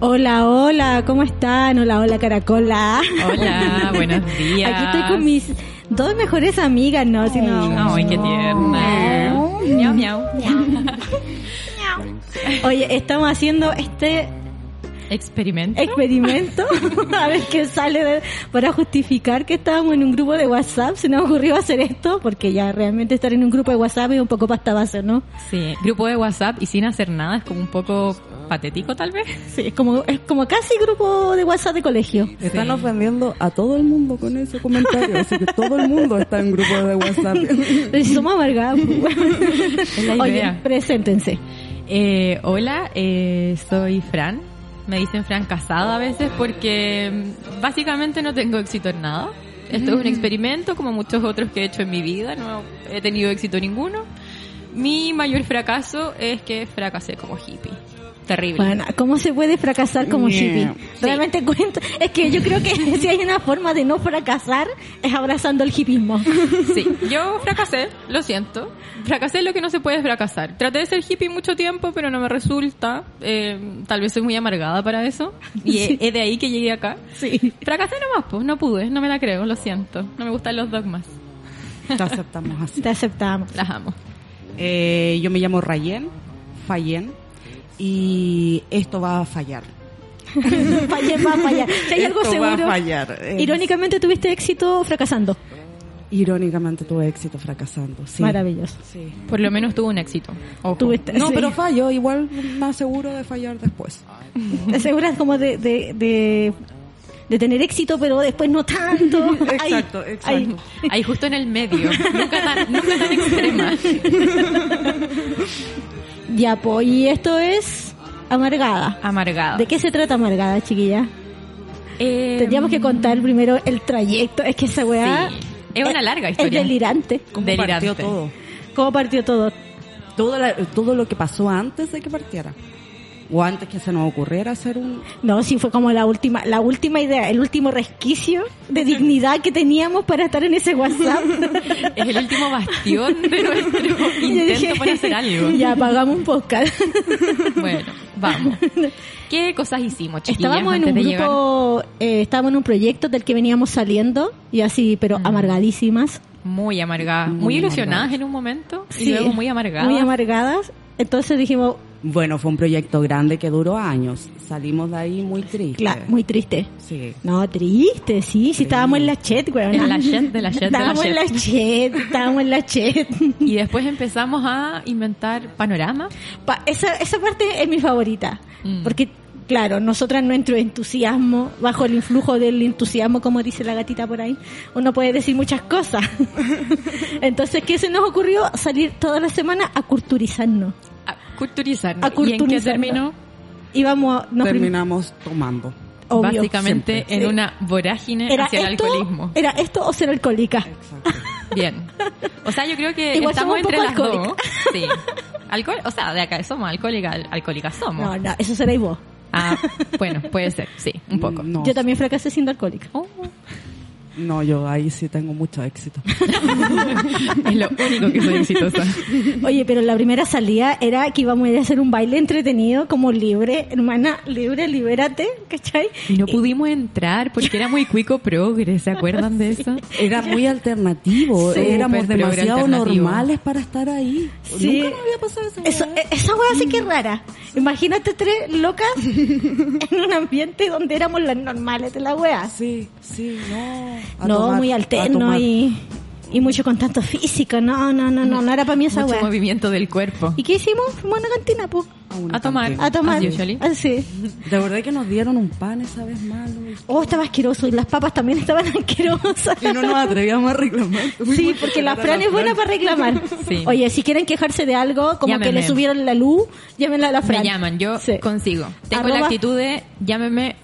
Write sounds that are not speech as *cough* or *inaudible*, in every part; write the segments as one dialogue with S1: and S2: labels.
S1: Hola, hola, ¿cómo están? Hola, hola, Caracola. *laughs*
S2: Hola, buenos días.
S1: Aquí estoy con mis dos mejores amigas, ¿no? Si no-
S2: Ay, qué tierna. Miau, miau.
S1: Oye, estamos haciendo este
S2: Experimento. *laughs*
S1: experimento a ver qué sale de- para justificar que estábamos en un grupo de WhatsApp. Se nos ocurrió hacer esto porque ya realmente estar en un grupo de WhatsApp es un poco pasta base, ¿no?
S2: Sí, grupo de WhatsApp y sin hacer nada es como un poco patético tal vez.
S1: Sí, es como, es como casi grupo de WhatsApp de colegio.
S3: Están
S2: Sí.
S3: ofendiendo a todo el mundo con ese comentario, así que todo el mundo está en grupo de WhatsApp.
S1: Pero si somos amargados. pues, bueno.
S2: *laughs* la
S1: Oye,
S2: idea.
S1: preséntense.
S2: Eh, hola, eh, soy Fran. Me dicen Fran casada a veces porque mm, básicamente no tengo éxito en nada. Esto
S1: Mm.
S2: es un experimento como muchos otros que he hecho en mi vida, no he tenido éxito ninguno. Mi mayor fracaso es que fracasé como hippie. Terrible.
S1: Bueno, ¿cómo se puede fracasar como
S3: Yeah.
S1: hippie? Realmente cuento. Es que yo creo que *laughs* si hay una forma de no fracasar es abrazando el
S3: *laughs*
S1: hippismo.
S2: Sí, yo fracasé, lo siento. Fracasé en lo que no se puede fracasar. Traté de ser hippie mucho tiempo, pero no me resulta. Eh, tal vez soy muy amargada para eso. Y
S1: Sí.
S2: es es de ahí que llegué acá.
S1: Sí.
S2: Fracasé nomás, pues, no pude, no me la creo, lo siento. No me gustan los dogmas,
S3: Te aceptamos así.
S1: Te aceptamos. *laughs*
S2: las amo.
S3: Eh, yo me llamo Rayen, Fayen, y esto va a fallar.
S1: Fallé, va a fallar. Si hay algo
S3: Esto va a
S1: seguro.
S3: fallar. eh,
S1: Irónicamente tuviste éxito fracasando.
S3: Irónicamente tuve éxito fracasando, sí.
S1: Maravilloso.
S3: Sí.
S2: Por lo menos tuvo un éxito. Ojo.
S1: Tuviste,
S3: No,
S1: sí.
S3: pero fallo, igual más seguro de fallar después.
S1: Te aseguras como de, de, de, de tener éxito, pero después no tanto.
S3: *laughs*
S1: Ahí,
S3: Exacto, exacto.
S1: ahí.
S2: Ahí justo en el medio, nunca tan, nunca tan extrema.
S1: Ya, po, y esto es Amargada.
S2: Amargada.
S1: ¿De qué se trata Amargada, chiquilla?
S3: Em.
S2: Eh,
S1: Tendríamos que contar primero el trayecto. Es que esa weá.
S2: Sí. Es una larga historia.
S1: Es delirante.
S3: ¿Cómo
S2: Delirante.
S3: partió todo?
S1: ¿Cómo partió todo?
S3: Todo, la- todo lo que pasó antes de que partiera. O antes que se nos ocurriera hacer un...
S1: No, sí fue como la última, la última idea, el último resquicio de
S2: *laughs*
S1: dignidad que teníamos para estar en ese WhatsApp. *laughs*
S2: Es el último bastión de nuestro
S1: Y *laughs* yo
S2: intento
S1: dije,
S2: por hacer
S1: *laughs*
S2: algo.
S1: Ya apagamos un
S2: *laughs*
S1: podcast.
S2: Bueno,
S1: *laughs*
S2: vamos. ¿Qué cosas hicimos, chiquillas?
S1: estábamos en
S2: antes
S1: un
S2: de llegar?
S1: grupo, eh, estábamos en un proyecto del que veníamos saliendo y así, pero
S2: Mm.
S1: amargadísimas.
S2: muy amargadas, muy,
S3: Muy
S2: ilusionadas
S3: amargadas.
S2: en un momento y
S1: Sí,
S2: luego muy amargadas.
S1: Muy amargadas. Entonces dijimos,
S3: Bueno, fue un proyecto grande que duró años. Salimos de ahí muy tristes.
S1: "Cla- muy triste.
S3: Sí.
S1: No, triste, sí, sí, estábamos en la chat, weón.
S2: En la chat, de la chat, de la
S1: Estábamos en la chat, estábamos en la chat.
S2: y después empezamos a inventar panoramas.
S1: Pa- esa, esa parte es mi favorita.
S2: Mm.
S1: Porque, claro, nosotras nuestro entusiasmo, bajo el influjo del entusiasmo, como dice la gatita por ahí, uno puede decir muchas
S2: *laughs*
S1: cosas. Entonces, ¿qué se nos ocurrió? Salir toda la semana a culturizarnos.
S2: A culturizar.
S1: A
S2: ¿Y en qué
S1: culturizarnos.
S2: terminó?
S1: Íbamos, a- nos prim-
S3: Terminamos tomando.
S1: obvio.
S2: Básicamente
S3: siempre.
S2: en
S1: Sí.
S2: una vorágine
S1: Era
S2: hacia el
S1: esto,
S2: alcoholismo.
S1: era esto o ser alcohólica.
S3: Exacto.
S2: Bien. O sea, yo creo que
S1: Igual somos
S2: estamos
S1: un poco
S2: entre las dos.
S1: alcohólicas.
S2: Sí. Alcohol, o sea, de acá somos alcohólicas, al- alcohólicas somos.
S1: No, no, eso seréis vos.
S2: Ah, bueno, puede ser, sí, *laughs* un poco.
S3: No,
S1: Yo también fracasé siendo alcohólica.
S2: Oh,
S3: no, yo ahí sí tengo
S1: *laughs*
S3: mucho éxito.
S2: es lo único que soy exitosa.
S1: Oye, pero la primera salida era que íbamos a ir a hacer un baile entretenido, como libre, hermana, libre, libérate, ¿cachai?
S2: Y no pudimos entrar porque era muy cuico progres, ¿se acuerdan de eso?
S3: Era muy alternativo.
S2: Sí,
S3: Éramos
S2: pero era
S3: demasiado
S2: alternativo.
S3: normales para estar ahí.
S1: Sí.
S3: Nunca me había pasado esa
S1: Eso,
S3: hueá.
S1: e- esa weá sí
S2: Mm.
S1: que es rara. Imagínate tres
S2: *laughs*
S1: locas en un ambiente donde éramos las normales de la weá.
S3: Sí, sí, no. A
S1: No,
S3: tomar,
S1: muy
S3: a
S1: alterno
S3: tomar.
S1: y, y mucho contacto físico. No, no, no, no, no era para mí *laughs* esa
S2: Mucho
S1: weá.
S2: movimiento del cuerpo.
S1: ¿Y qué hicimos? Fuimos a una cantina, pues.
S3: A una
S2: A tomar.
S3: cantina.
S1: A tomar. Ah,
S2: As usually.
S1: Así.
S3: De verdad que nos dieron un pan esa vez
S1: *laughs*
S3: malo. Y
S1: Oh, estaba asqueroso. Y las papas también estaban *laughs* asquerosas.
S3: no nos atrevíamos a reclamar.
S1: Sí, porque la Fran es buena para reclamar.
S2: Sí.
S1: Oye, si quieren quejarse de algo, como que
S2: Llámenme.
S1: le subieron la luz, llámenla a la Fran.
S2: Me llaman, yo
S1: Sí.
S2: consigo. Tengo la
S1: Arroba-
S2: actitud de llámeme,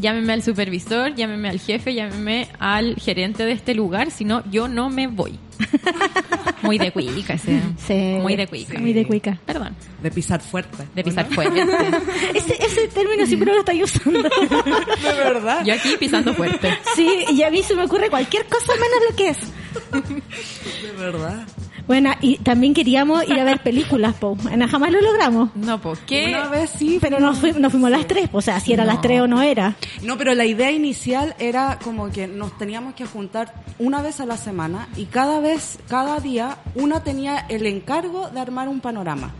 S2: llámeme al supervisor, llámeme al jefe, llámeme al gerente de este lugar, si no, yo no me voy. *laughs* Muy de cuica, ese.
S1: Sí.
S2: Muy de cuica.
S1: Muy de cuica.
S2: Perdón,
S3: De pisar fuerte.
S2: de pisar
S1: *laughs*
S2: fuerte.
S1: Ese, ese término siempre lo estoy *laughs* usando.
S3: *laughs* De verdad.
S2: Yo aquí pisando fuerte.
S1: Sí, y a mí se me ocurre cualquier cosa menos lo que es.
S3: De verdad.
S1: Bueno, y también queríamos ir a ver películas, po. Bueno, jamás lo logramos.
S2: No, pues, ¿qué?
S3: Una vez sí,
S1: Pero nos, fui- nos fuimos las tres, po. o sea, si era las tres o no era.
S3: No, pero la idea inicial era como que nos teníamos que juntar una vez a la semana y cada vez, cada día, una tenía el encargo de armar un panorama.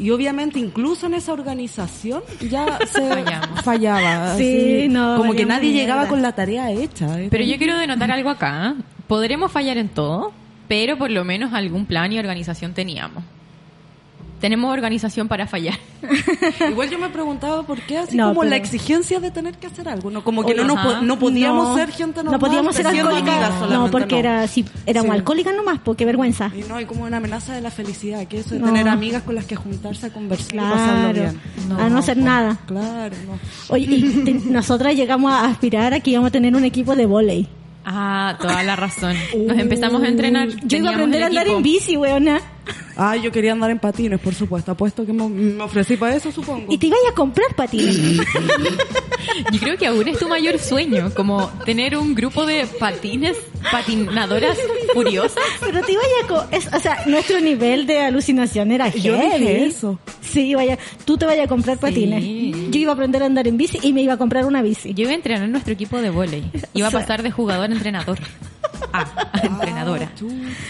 S3: Y obviamente incluso en esa organización
S1: *laughs*
S3: ya se
S2: Fallamos.
S3: fallaba.
S1: Sí,
S3: así,
S1: no,
S3: Como que
S1: valíamos
S3: nadie
S1: mierda.
S3: llegaba con la tarea hecha. ¿eh?
S2: Pero yo quiero denotar algo acá. ¿eh? Podremos fallar en todo, pero por lo menos algún plan y organización teníamos. Tenemos organización
S1: *laughs*
S2: para fallar.
S3: *laughs* Igual yo me preguntaba por qué así
S1: No,
S3: como la
S1: pero- Oh,
S3: exigencia de tener que hacer algo, ¿no? Como que
S2: Oye,
S3: no, nos po-
S2: ajá.
S3: no podíamos
S1: No,
S3: ser gente normal.
S1: No podíamos ser
S3: siendo amigas
S1: alcohólicas. No,
S3: solamente,
S1: porque
S3: no.
S1: Era, si, éramos
S3: Sí.
S1: alcohólicas nomás, po, qué vergüenza.
S3: Y no, y como una amenaza de la felicidad, que eso de
S1: No.
S3: tener amigas con las que juntarse a conversar y
S1: Claro,
S3: pasarlo bien.
S2: No,
S1: a no hacer nada.
S3: Claro, no.
S1: Oye, y
S3: *laughs*
S1: te- nosotras llegamos a aspirar a que íbamos a tener un equipo de volei.
S2: Ah, toda la razón. *laughs* Nos empezamos a entrenar.
S1: Uh, Yo iba a
S2: teníamos
S1: aprender
S2: el
S1: a andar
S2: equipo.
S1: en bici, weona.
S3: Ah, yo quería andar en patines, por supuesto. Apuesto que me, me ofrecí para eso, supongo.
S1: Y te ibas a comprar
S3: *laughs*
S1: patines.
S2: Yo creo que aún es tu mayor sueño, como tener un grupo de patines, patinadoras furiosas.
S1: Pero te ibas a... co- es- o sea, nuestro nivel de alucinación era
S3: Yo
S1: heavy.
S3: dije eso.
S1: Sí, vaya, tú te vayas a comprar patines. Yo iba a aprender a andar en bici y me iba a comprar una bici.
S2: Yo iba a entrenar nuestro equipo de volei. Iba a pasar de jugador a entrenador. Ah, a *laughs* entrenadora.
S3: Tú.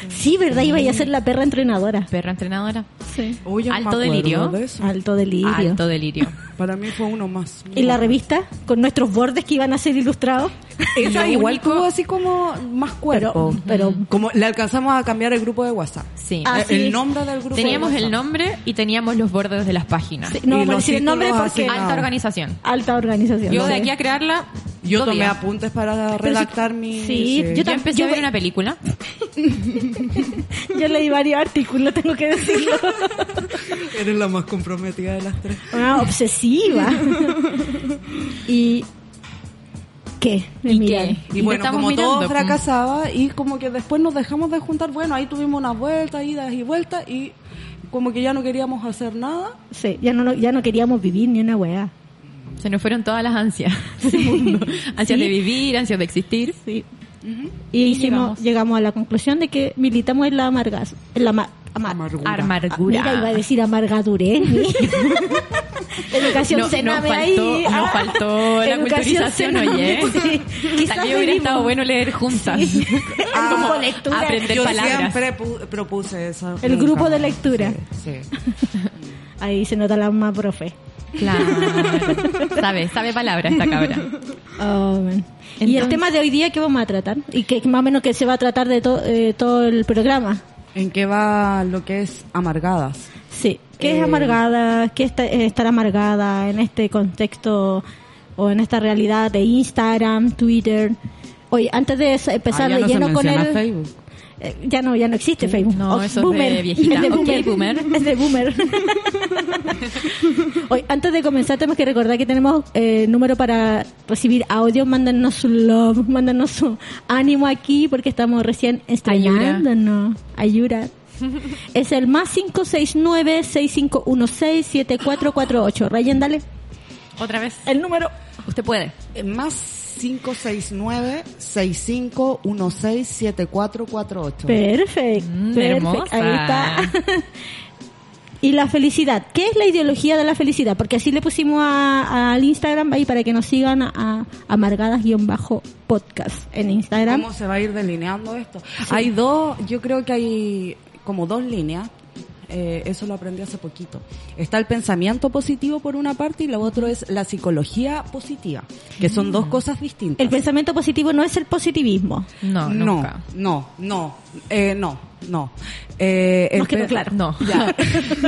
S1: Sí, ¿verdad? Iba a ser la perra entrenadora.
S2: Perra entrenadora.
S1: Sí.
S3: Oye, no me
S2: Alto
S3: acuerdo
S2: delirio.
S3: de eso.
S1: Alto delirio.
S2: Alto delirio.
S3: Para mí fue uno más.
S1: Y la revista, con nuestros bordes que iban a ser ilustrados.
S3: Esa
S2: Lo
S3: igual
S2: único-
S3: tuvo así como más cuerpo.
S1: pero-
S3: como le alcanzamos a cambiar el grupo de WhatsApp.
S2: Sí.
S1: Ah,
S3: Eh,
S1: sí.
S3: El nombre del grupo.
S2: Teníamos
S3: de
S2: el
S3: WhatsApp.
S2: nombre y teníamos los bordes de las páginas.
S1: Sí, no
S3: Y
S1: vamos a
S3: los
S1: decir el nombre
S3: títulos
S1: porque...
S3: así,
S2: Alta
S3: no.
S2: organización.
S1: Alta organización.
S2: Yo de
S1: sí.
S2: aquí a crearla.
S3: Yo
S2: dos
S3: tomé
S2: días.
S3: apuntes para
S1: Pero si-
S3: redactar mi.
S1: Sí, yo
S2: Yo
S1: tam-
S2: empecé
S1: yo
S2: a ver
S1: ve-
S2: una película.
S1: Yo leí varios artículos, tengo que
S3: *laughs*
S1: decirlo.
S3: Eres la más comprometida de las tres.
S1: Una Ah,
S2: *laughs*
S1: obsesiva. y... ¿Qué? Me
S2: ¿Y
S1: miran.
S2: qué?
S3: Y,
S2: Y
S3: bueno,
S2: te estamos
S3: como todo
S2: mirando, pum.
S3: fracasaba y como que después nos dejamos de juntar, bueno, ahí tuvimos una vuelta, idas y vueltas y como que ya no queríamos hacer nada.
S1: Sí, ya no, ya no queríamos vivir ni una weá.
S2: Se nos fueron todas las ansias. del mundo. Ansias de vivir, ansias de existir.
S1: Sí. Y hicimos,
S2: llegamos?
S1: llegamos a la conclusión de que militamos en la amargas, en la ama- ama-
S3: Amargura.
S2: Amargura.
S1: Ah, Mira, iba a decir
S2: *laughs*
S1: amargadureña. Educación
S2: No,
S1: cena
S2: nos faltó-
S1: ahí.
S2: nos
S1: Ah,
S2: faltó la
S1: educación
S2: culturización,
S1: céname.
S2: oye.
S1: Sí, quizás
S2: También hubiera
S1: vivimos.
S2: estado
S1: *laughs*
S2: bueno leer juntas. *laughs*
S1: El
S3: Ah,
S1: grupo de lectura.
S2: aprender
S3: yo
S2: palabras.
S3: siempre pu- propuse eso.
S1: El
S3: nunca
S1: grupo de
S3: más.
S1: lectura.
S3: Sí, sí.
S1: Ahí se nota la más profe.
S2: Claro. Sabe, sabe palabra esta cabra.
S1: Oh, man. y el
S2: Entonces-
S1: tema de hoy día que vamos a tratar y que más o menos que se va a tratar de to- eh, todo el programa.
S3: ¿En qué va lo que es amargadas?
S1: Sí. ¿Qué es
S3: Eh,
S1: amargada? ¿Qué es ta- eh, estar amargada en este contexto o en esta realidad de Instagram, Twitter? Oye, antes de eso, empezar
S3: Ah, ya
S1: de
S3: no se
S1: lleno con
S3: menciona
S1: el...
S3: Facebook.
S1: Eh, ya no, ya no existe Facebook.
S2: No,
S1: Oh,
S2: eso es de viejita.
S1: Es *laughs* de
S2: Ok,
S1: boomer.
S2: boomer.
S1: Es de boomer. Hoy, antes de comenzar, tenemos que recordar que tenemos eh, número para recibir audio. Mándanos su love, mándanos su ánimo aquí porque estamos recién estrenándonos.
S2: *laughs*
S1: Ayuda. Es el más 569-6516-7448. Rayen, dale
S2: Otra vez.
S1: el número.
S2: Usted puede.
S3: Eh, Más 569 65167448
S1: Perfecto.
S2: Mm,
S1: perfecto.
S2: hermosa.
S1: Ahí está. *laughs* y la felicidad. ¿Qué es la ideología de la felicidad? Porque así le pusimos a- al Instagram ahí para que nos sigan a amargadas-podcast en Instagram.
S3: ¿Cómo se va a ir delineando esto? Hay dos, yo creo que hay como dos líneas. eh, eso lo aprendí hace poquito. Está el pensamiento positivo por una parte y lo otro es la psicología positiva, que son dos cosas distintas.
S1: Ah. El pensamiento positivo no es el positivismo.
S2: No,
S3: no,
S2: nunca.
S3: no, no, eh, no, no. Eh, el
S1: Nos quedó
S3: pe-
S1: claro.
S2: No.
S1: *laughs*
S3: Ya.
S2: *laughs*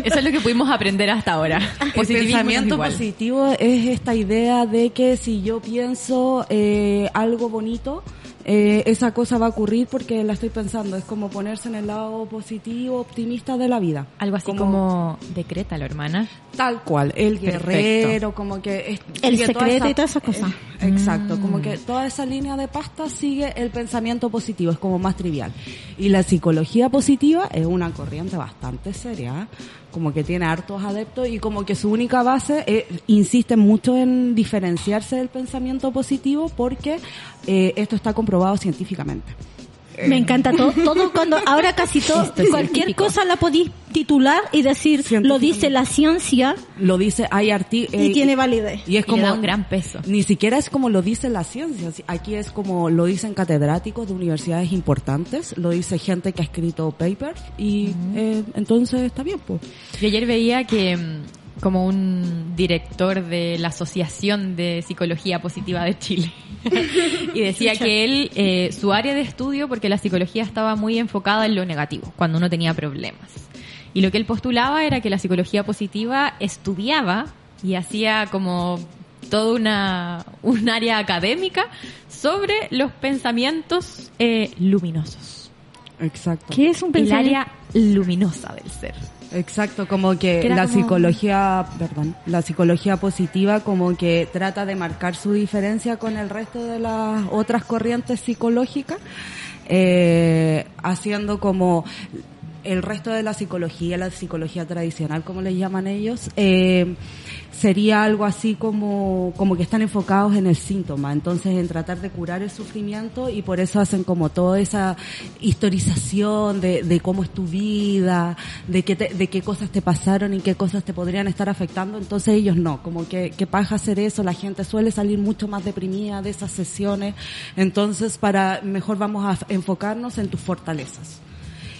S2: Eso es lo que pudimos aprender hasta ahora.
S3: El
S2: Positivismo no es
S3: pensamiento
S2: igual.
S3: positivo es esta idea de que si yo pienso eh, algo bonito, eh, esa cosa va a ocurrir porque la estoy pensando. Es como ponerse en el lado positivo, optimista de la vida.
S2: Algo así como, decrétalo, hermana.
S3: Tal cual, el
S2: Perfecto.
S3: guerrero, como que... es-
S1: El
S3: sigue toda
S1: secreto
S3: esa-
S1: y todas esas cosas.
S3: Eh, exacto, como que toda esa línea de pasta sigue el pensamiento positivo, es como más trivial. Y la psicología positiva es una corriente bastante seria, ¿eh? como que tiene hartos adeptos y como que su única base, eh, insiste mucho en diferenciarse del pensamiento positivo porque eh, esto está comprobado científicamente.
S1: Me encanta todo, todo cuando ahora casi todo, cualquier
S2: científico.
S1: cosa la podéis titular y decir, lo dice la ciencia
S3: Lo dice, hay arti...
S1: y
S3: eh,
S1: tiene validez.
S3: y
S2: Y le
S3: es como
S2: da un gran peso.
S3: Ni siquiera es como lo dice la ciencia. si- Aquí es como lo dicen catedráticos de universidades importantes, lo dice gente que ha escrito papers y eh, entonces está bien, pues.
S2: Yo ayer veía que mm, como un director de la Asociación de Psicología Positiva de *laughs* Chile. y decía que él, eh, su área de estudio, porque la psicología estaba muy enfocada en lo negativo, cuando uno tenía problemas. Y lo que él postulaba era que la psicología positiva estudiaba y hacía como toda una un área académica sobre los pensamientos eh, luminosos.
S3: Exacto.
S1: ¿Qué es un
S2: El
S1: pensamiento?
S2: área luminosa del ser.
S3: Exacto, como que
S2: Que era
S3: la
S2: como-
S3: psicología, perdón, la psicología positiva como que trata de marcar su diferencia con el resto de las otras corrientes psicológicas, eh, haciendo como el resto de la psicología, la psicología tradicional, como les llaman ellos, eh, sería algo así como, como que están enfocados en el síntoma, entonces en tratar de curar el sufrimiento y por eso hacen como toda esa historización de, de cómo es tu vida, de qué, te- de qué cosas te pasaron y qué cosas te podrían estar afectando, entonces ellos no, como que, que paja hacer eso, la gente suele salir mucho más deprimida de esas sesiones, entonces para, mejor vamos a enfocarnos en tus fortalezas.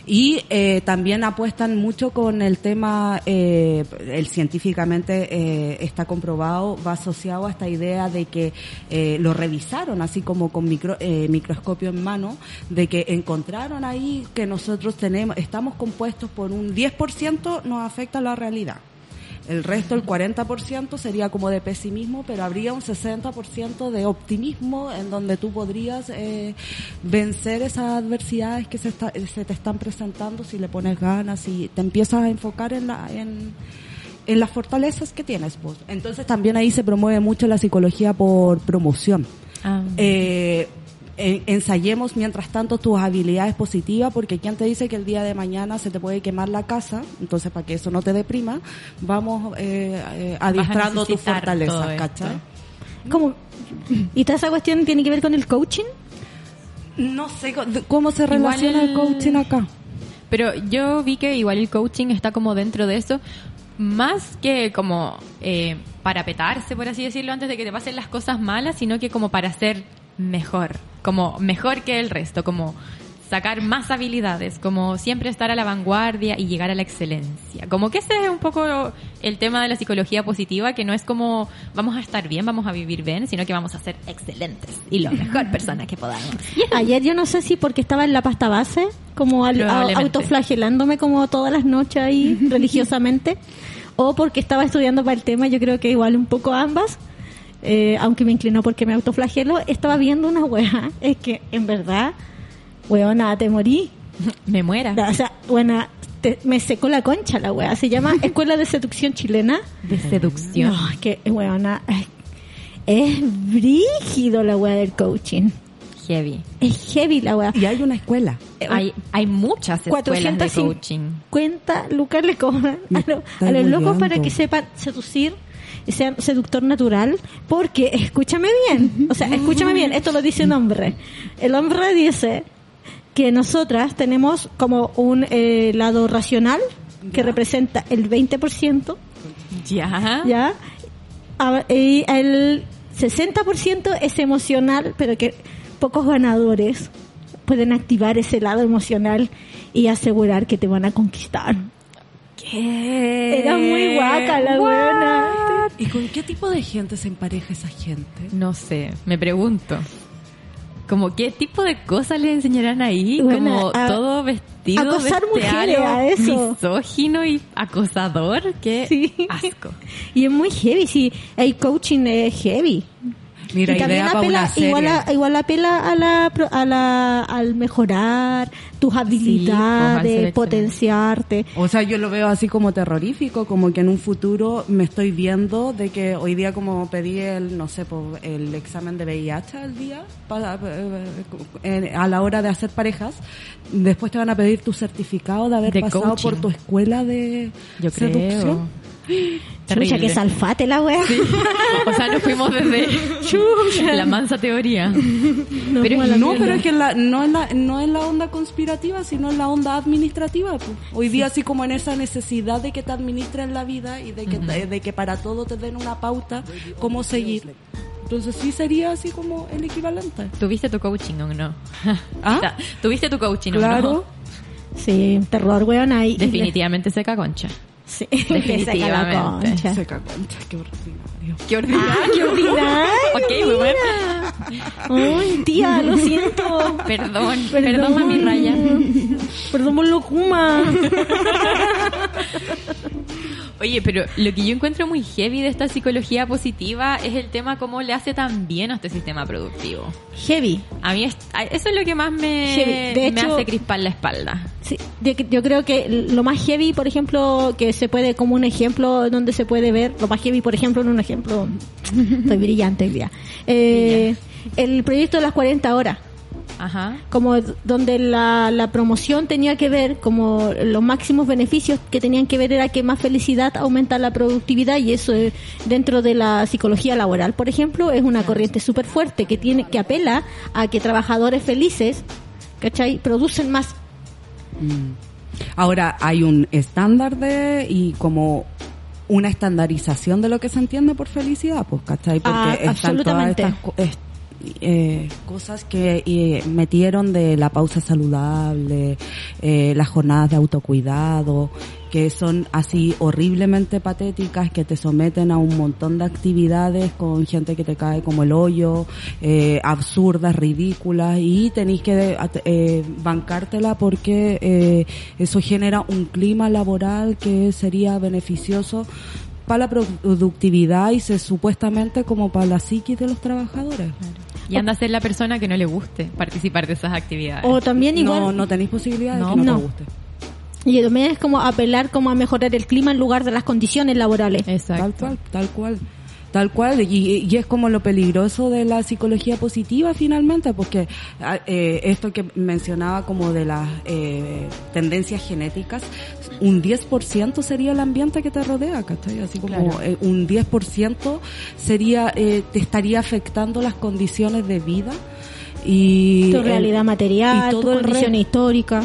S3: Y eh, también apuestan mucho con el tema, eh, el científicamente eh, está comprobado, va asociado a esta idea de que eh, lo revisaron así como con micro- eh, microscopio en mano, de que encontraron ahí que nosotros tenemos, estamos compuestos por un 10% nos afecta la realidad. El resto, el 40%, sería como de pesimismo, pero habría un 60% de optimismo en donde tú podrías eh, vencer esas adversidades que se, está- se te están presentando si le pones ganas, si te empiezas a enfocar en, la, en, en las fortalezas que tienes. Pues. Entonces también ahí se promueve mucho la psicología por promoción
S1: Ah.
S3: eh, en- ensayemos mientras tanto tus habilidades positivas, porque quien te dice que el día de mañana se te puede quemar la casa, entonces para que eso no te deprima, vamos eh, eh, adiestrando tus
S2: necesitar todo
S3: fortalezas,
S2: esto.
S3: ¿cachai?
S1: ¿Cómo? ¿Y toda esa cuestión tiene que ver con el coaching?
S3: No sé co- de- cómo se
S2: Igual
S3: relaciona el...
S2: el-
S3: coaching acá.
S2: Pero yo vi que igual el coaching está como dentro de eso, más que como eh, para petarse, por así decirlo, antes de que te pasen las cosas malas, sino que como para ser mejor, como mejor que el resto, como sacar más habilidades, como siempre estar a la vanguardia y llegar a la excelencia. Como que ese es un poco el tema de la psicología positiva, que no es como vamos a estar bien, vamos a vivir bien, sino que vamos a ser excelentes y
S1: *laughs*
S2: lo mejor personas que podamos.
S1: Ayer yo no sé si porque estaba en la pasta base, como al- a-
S2: Ah, Probablemente.
S1: autoflagelándome como todas las noches ahí
S2: *laughs*
S1: religiosamente, o porque estaba estudiando para el tema, yo creo que igual un poco ambas, eh, aunque me inclinó porque me autoflagelo, estaba viendo una weá, *laughs* es que en verdad, weona, te morí.
S2: *laughs* Me muera.
S1: O sea, buena, te- me secó la concha la weá, se
S2: *laughs*
S1: llama Escuela de Seducción Chilena.
S2: De seducción.
S1: No, es que, weona, es- es brígido la weá del coaching.
S2: Heavy.
S1: Es heavy la weá.
S3: Y hay una escuela.
S1: Eh,
S2: Hay, hay muchas escuelas de
S1: 450
S2: coaching.
S1: lucas le cobran
S3: Me
S1: a, lo-
S3: está
S1: a los locos
S3: hueveando.
S1: para que sepan seducir y sean seductor natural porque escúchame bien o sea escúchame bien esto lo dice un hombre el hombre dice que nosotras tenemos como un eh, lado racional que representa el 20%
S2: Ya.
S1: ¿ya? A- Y el 60% es emocional, pero que pocos ganadores pueden activar ese lado emocional y asegurar que te van a conquistar.
S2: ¿Qué?
S1: Era muy guaca la
S2: What?
S1: buena.
S3: ¿Y con qué tipo de gente se empareja esa gente?
S2: No sé, me pregunto. Como qué tipo de cosas le enseñarán ahí,
S1: Buena,
S2: como
S1: a-
S2: todo vestido
S1: acosar mujeres,
S2: bestiario,
S1: a eso.
S2: misógino y acosador, qué
S1: Sí.
S2: asco.
S1: Y es muy heavy, sí, el coaching es heavy.
S3: Mira,
S1: y también
S3: idea para
S1: apela,
S3: una serie.
S1: Igual, a- igual apela a la, pro- a la, al mejorar tus
S2: pues, al ser
S1: habilidades,
S2: excelente.
S1: potenciarte.
S3: O sea, yo lo veo así como terrorífico, como que en un futuro me estoy viendo de que hoy día como pedí el, no sé, po, el examen de VIH al día, para, eh, en- a la hora de hacer parejas, después te van a pedir tu certificado de haber
S2: De
S3: pasado
S2: coaching.
S3: por tu escuela de
S2: Yo creo.
S3: seducción.
S1: Mucha
S2: Terrible.
S1: que salfate la wea.
S2: *laughs* O sea, nos fuimos desde la mansa teoría.
S1: *laughs* No,
S2: Pero
S1: como la
S3: No,
S1: mierda.
S3: pero es que la- no, es la, no es la onda conspirativa, sino es la onda administrativa. po. Hoy día así como en esa necesidad de que te administren la vida y de que, te- de que para todo te den una pauta, cómo seguir. Entonces sí sería así como el equivalente.
S2: ¿Tuviste tu coaching o no?
S3: ¿Ah?
S2: O sea, *laughs* ¿Tuviste tu coaching o no?
S3: Claro.
S1: Sí, terror, weón, ahí.
S2: Definitivamente seca concha.
S1: *laughs* Sí, le saca la
S2: Definitivamente.
S1: concha.
S3: Se caconcha, qué ordinario.
S2: Qué ordinario.
S1: Ah, qué ordinario,
S2: ok, muy bueno.
S1: Ay, tía, lo siento.
S2: Perdón, perdón, mami Raya.
S1: Perdón, locuma.
S2: Oye, pero lo que yo encuentro muy heavy de esta psicología positiva es el tema cómo le hace tan bien a este sistema productivo.
S1: Heavy.
S2: A mí es- a- eso es lo que más
S1: Heavy.
S2: me,
S1: De
S2: me
S1: hecho-
S2: hace crispar la espalda.
S1: Sí, yo, yo creo que lo más heavy, por ejemplo, que se puede, como un ejemplo donde se puede ver, lo más heavy, por ejemplo, en un ejemplo, estoy brillante hoy día. Eh, el proyecto de las 40 horas.
S2: Ajá.
S1: como d- donde la, la promoción tenía que ver, como los máximos beneficios que tenían que ver era que más felicidad aumenta la productividad y eso eh, dentro de la psicología laboral, por ejemplo, es una corriente súper fuerte que tiene que apela a que trabajadores felices, ¿cachai? Producen más.
S3: Ahora hay un estándar de y como una estandarización de lo que se entiende por felicidad, pues, ¿cachai? Porque
S1: Ah,
S3: están todas
S1: absolutamente.
S3: estas co- es- eh, cosas que eh, metieron de la pausa saludable, eh, las jornadas de autocuidado, que son así horriblemente patéticas, que te someten a un montón de actividades con gente que te cae como el hoyo, eh, absurdas, ridículas, y tenéis que eh, bancártela porque eh, eso genera un clima laboral que sería beneficioso para la productividad y se supuestamente como para la psiquis de los trabajadores.
S2: Y anda a ser la persona que no le guste participar de esas actividades.
S1: O también igual...
S3: No, no tenéis posibilidad de
S2: No,
S3: que no,
S1: no.
S3: te guste.
S1: Y también es como apelar como a mejorar el clima en lugar de las condiciones laborales.
S3: Tal
S2: Exacto.
S3: cual, tal cual. Tal cual, y, y es como lo peligroso de la psicología positiva finalmente, porque ah, eh, esto que mencionaba como de las eh, tendencias genéticas, un 10% sería el ambiente que te rodea, ¿cachai? Así como
S2: Claro.
S3: eh, un 10% sería, eh, te estaría afectando las condiciones de vida y...
S1: Tu
S3: el-
S1: realidad material,
S3: y
S1: tu
S3: todo el
S1: condición
S3: resto.
S1: histórica.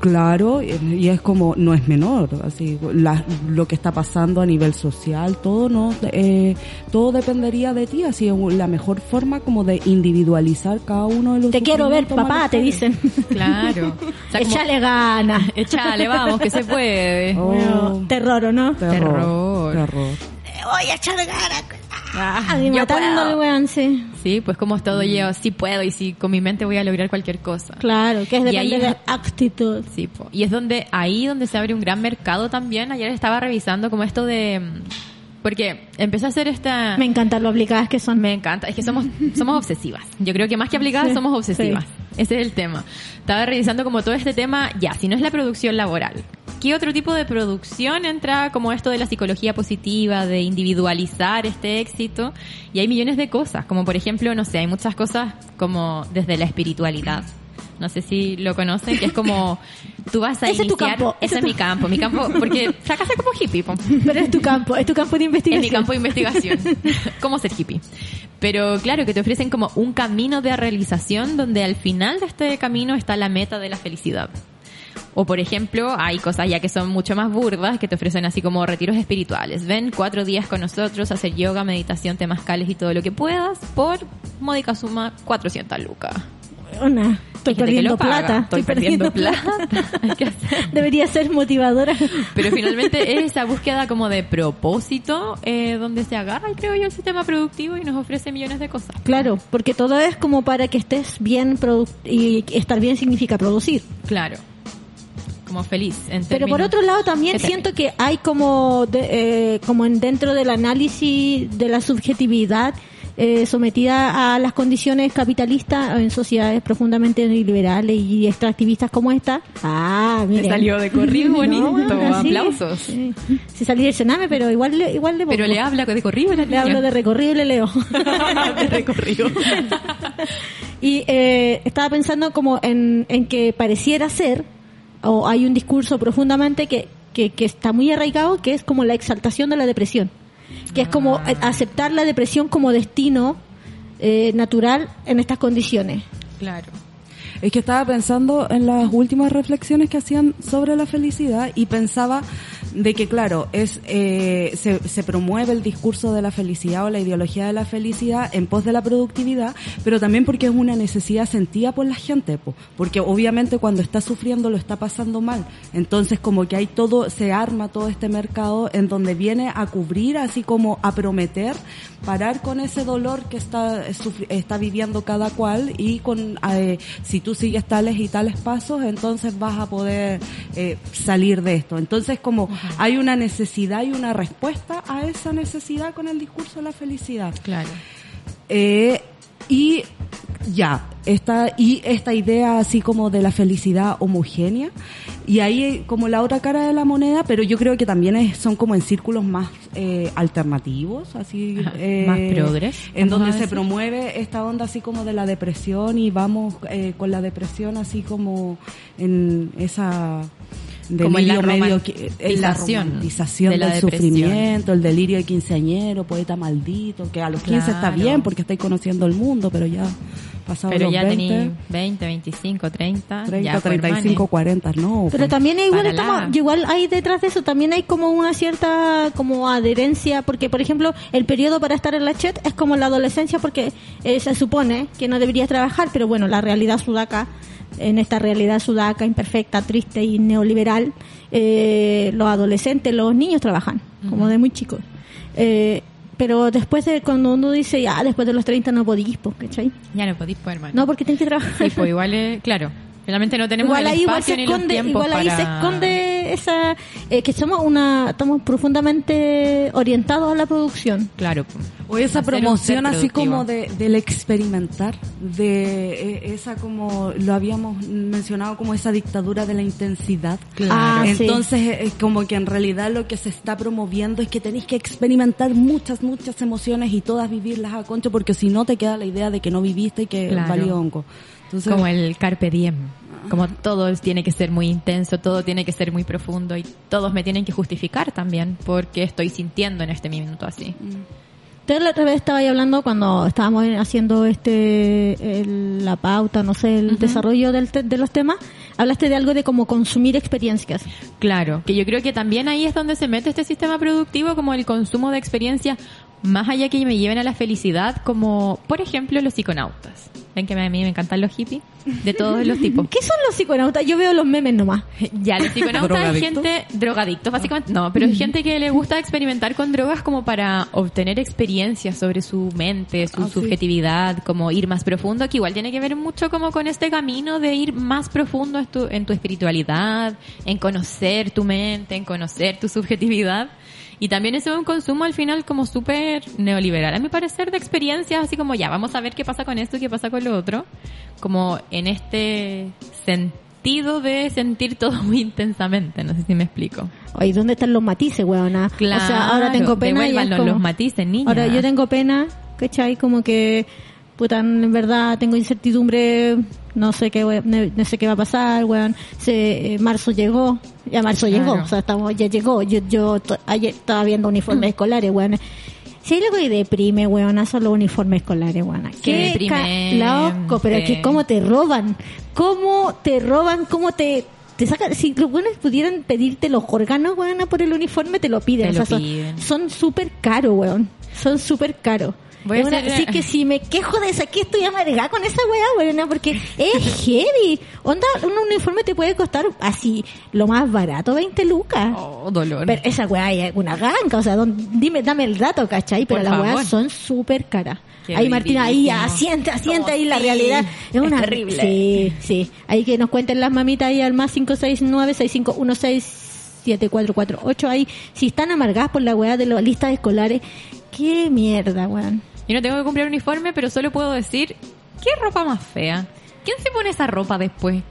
S3: Claro, y es como, no es menor, así, la- lo que está pasando a nivel social, todo no, eh, todo dependería de ti, así, la mejor forma como de individualizar cada uno de los
S1: Te quiero ver,
S3: sufrimientos
S1: papá, te
S3: manejales.
S1: dicen.
S2: Claro. O sea, como,
S1: Échale ganas.
S2: Échale, vamos, que
S1: *laughs*
S2: se puede.
S3: Oh,
S1: Bueno, terror, ¿o no?
S3: terror,
S2: Terror.
S3: terror.
S1: voy a echar ganas.
S2: Ah,
S1: A mí
S2: yo
S1: matándome,
S2: puedo.
S1: weón, sí.
S2: Sí, pues como es todo yo, sí puedo y sí, con mi mente voy a lograr cualquier cosa.
S1: Claro, que es
S2: Y
S1: depende
S2: ahí-
S1: de actitud.
S2: Sí, po. y es donde ahí donde se abre un gran mercado también. Ayer estaba revisando como esto de mm, porque empecé a hacer esta
S1: Me encantan lo aplicadas que son.
S2: *laughs* me encanta, es
S1: *laughs*
S2: que somos somos obsesivas. Yo creo que más que aplicadas
S1: Sí,
S2: somos obsesivas.
S1: sí.
S2: Ese es el tema. Estaba revisando como todo este tema, ya, si no es la producción laboral. ¿Qué otro tipo de producción entra como esto de la psicología positiva, de individualizar este éxito? Y hay millones de cosas, como por ejemplo, no sé, hay muchas cosas como desde la espiritualidad. No sé si lo conocen, que es como tú vas
S1: *laughs*
S2: a
S1: Ese es tu
S2: iniciar-
S1: campo,
S2: ese
S1: ese
S2: es
S1: tu-
S2: mi campo, mi campo, porque la casa como hippie, po.
S1: Pero es tu campo, es tu campo de
S2: En mi
S1: investigación.
S2: campo de investigación.
S1: *laughs*
S2: ¿Cómo ser hippie? Pero claro, que te ofrecen como un camino de realización donde al final de este camino está la meta de la felicidad. O por ejemplo, hay cosas ya que son mucho más burdas que te ofrecen así como retiros espirituales. Ven cuatro días con nosotros, a hacer yoga, meditación, temascales y todo lo que puedas por módica suma 400 lucas.
S1: Weona, estoy
S2: Hay gente que
S1: perdiendo
S2: lo paga.
S1: plata.
S2: Estoy perdiendo plata. *laughs* Hay que hacer-
S1: *laughs* Debería ser motivadora.
S2: pero finalmente es esa búsqueda como de propósito eh, donde se agarra, creo yo, el sistema productivo y nos ofrece millones de cosas.
S1: Claro, porque todo es como para que estés bien produ- y estar bien significa producir.
S2: Claro. Como feliz. en
S1: Pero por
S2: términos-
S1: otro lado también
S2: ¿Qué tal?
S1: siento que hay como de- eh, como en dentro del análisis de la subjetividad eh, sometida a las condiciones capitalistas en sociedades profundamente liberales y extractivistas como esta. Ah,
S2: Me
S1: mira.
S2: salió
S1: *laughs*
S2: de corrido bonito. Aplausos.
S1: Se salí del cename, pero igual le, igual le,
S2: Pero le habla de corrido la
S1: le
S2: niña.
S1: hablo de recorrible, leo.
S2: *laughs* de recorrido.
S1: Y eh, estaba pensando como en, en que pareciera ser, o hay un discurso profundamente que que, que está muy arraigado, que es como la exaltación de la depresión, que es como eh, aceptar la depresión como destino eh, natural en estas condiciones.
S2: Claro.
S3: Es que estaba pensando en las últimas reflexiones que hacían sobre la felicidad y pensaba de que, claro, es eh, se, se promueve el discurso de la felicidad o la ideología de la felicidad en pos de la productividad, pero también porque es una necesidad sentida por la gente, po. porque obviamente cuando está sufriendo lo está pasando mal. Entonces, como que hay todo, se arma todo este mercado en donde viene a cubrir, así como a prometer parar con ese dolor que está, sufri- está viviendo cada cual y con eh, si tú sigues tales y tales pasos, entonces vas a poder eh, salir de esto. Entonces como hay una necesidad y una respuesta a esa necesidad con el discurso de la felicidad.
S2: Claro.
S3: Eh, y ya, esta, y esta idea así como de la felicidad homogénea. Y ahí eh, como la otra cara de la moneda, pero yo creo que también es- son como en círculos más eh, alternativos, así.
S2: Ajá,
S3: eh,
S2: más progres,
S3: En
S2: vamos a
S3: donde se
S2: decir.
S3: promueve esta onda así como de la depresión y vamos eh, con la depresión así como en esa.
S2: Como en la
S3: delirio medio
S2: romantización
S3: que- en la romantización
S2: de la
S3: del
S2: depresión.
S3: sufrimiento, el delirio de quinceañero, poeta maldito, que a los 15 está
S2: Claro.
S3: bien porque estáis conociendo el mundo, pero ya pasado
S2: Pero
S3: los
S2: ya
S3: 20,
S2: tení 20, 25, 30,
S3: 30,
S2: ya, pues,
S3: 35,
S2: hermane.
S3: 40, no.
S1: Pero
S3: pues.
S1: también hay- igual
S2: para
S1: estamos,
S2: nada.
S1: igual hay detrás de eso también hay como una cierta como adherencia porque por ejemplo el periodo para estar en la chat es como la adolescencia porque eh, se supone que no deberías trabajar pero bueno la realidad sudaca en esta realidad sudaca imperfecta triste y neoliberal eh, los adolescentes los niños trabajan como de muy chicos Eh, pero después de cuando uno dice ya después de los 30 no podís po, ¿cachai?
S2: Ya no podís poder, hermano.
S1: no porque tienes que trabajar
S2: Sí, pues igual es, claro. Finalmente no tenemos
S1: igual
S2: el
S1: ahí igual
S2: espacio
S1: se
S2: ni los
S1: esconde
S2: tiempos
S1: igual ahí
S2: para...
S1: se esconde esa eh, que somos una estamos profundamente orientados a la producción
S2: Claro. pues.
S3: O esa
S2: Hacer un
S3: promoción
S2: ser
S3: así
S2: productivo.
S3: como de, del experimentar, de eh, esa como lo habíamos mencionado como esa dictadura de la intensidad.
S1: Ah,
S2: Claro.
S1: sí.
S3: Entonces, eh, como que en realidad lo que se está promoviendo es que tenéis que experimentar muchas, muchas emociones y todas vivirlas a concho, porque si no te queda la idea de que no viviste y que
S2: Claro.
S3: valió hongo. Entonces,
S2: como el carpe diem. Como todo es- tiene que ser muy intenso, todo tiene que ser muy profundo y todos me tienen que justificar también porque estoy sintiendo en este minuto así.
S1: Entonces la otra vez estaba ahí hablando cuando estábamos haciendo este el- la pauta no sé el desarrollo del te- de los temas hablaste de algo de como consumir experiencias
S2: Claro, que yo creo que también ahí es donde se mete este sistema productivo como el consumo de experiencias más allá que me lleven a la felicidad como por ejemplo los psiconautas. Ven que a mí me encantan los hippies de todos los
S1: *laughs*
S2: tipos.
S1: ¿qué son los psiconautas? yo veo los memes nomás
S2: *laughs* Ya, los psiconautas es
S3: ¿Drogadictos?
S2: gente drogadictos, básicamente. No, pero es gente que le gusta experimentar con drogas como para obtener experiencias sobre su mente, su
S3: Ah, sí.
S2: subjetividad, como ir más profundo, que igual tiene que ver mucho como con este camino de ir más profundo en tu, en tu espiritualidad, en conocer tu mente, en conocer tu subjetividad. Y también ese es un consumo al final como súper neoliberal, a mi parecer, de experiencias así como ya, vamos a ver qué pasa con esto y qué pasa con lo otro. Como en este sentido de sentir todo *laughs* muy intensamente, no sé si me explico.
S1: Oye, ¿dónde están los matices, weona? o sea, ahora tengo pena y es
S2: devuélvanlo,
S1: como-
S2: los matices, niña.
S1: Ahora yo tengo pena, ¿cachai? Como que, puta, en verdad tengo incertidumbre, no sé qué, we- ne- no sé qué va a pasar, weón. Se, eh, marzo llegó, ya marzo
S2: Claro.
S1: llegó, o sea, estamos, ya llegó. Yo, yo to- ayer estaba viendo
S2: *clears throat*
S1: uniformes escolares, weón. Si hay algo que deprime, weón, son los uniformes escolares, weón. Qué
S2: deprimente.
S1: ca- loco, pero es que cómo te roban, cómo te roban, cómo te... Te sacan, si los buenos pudieran pedirte los órganos, weón, por el uniforme, te lo piden.
S2: Te lo
S1: O sea, son-
S2: piden.
S1: son súper caros, weón. Son súper caros.
S2: Voy a
S1: Es una-
S2: hacer- eh,
S1: Así que si me quejo de eso aquí, estoy amargada con esa weá, weón, porque es heavy. Onda, un uniforme te puede costar así, lo más barato, 20 lucas.
S2: Oh, dolor.
S1: Pero esa weá es una ganga, o sea, don- dime, dame el dato, ¿cachai? Pero
S2: Por
S1: las
S2: favor.
S1: weas son súper caras.
S2: Qué
S1: ahí Martina, ahí
S2: ridículo.
S1: asiente, asiente, ahí la
S2: sí,
S1: realidad. Es,
S2: es
S1: una
S2: terrible.
S1: Sí, sí. Ahí que nos cuenten las mamitas ahí al más 569 65167448 ahí. Si están amargadas por la weá de las listas escolares, qué mierda, weón.
S2: Yo no tengo que comprar uniforme, pero solo puedo decir, ¿qué ropa más fea? ¿Quién se pone esa ropa después?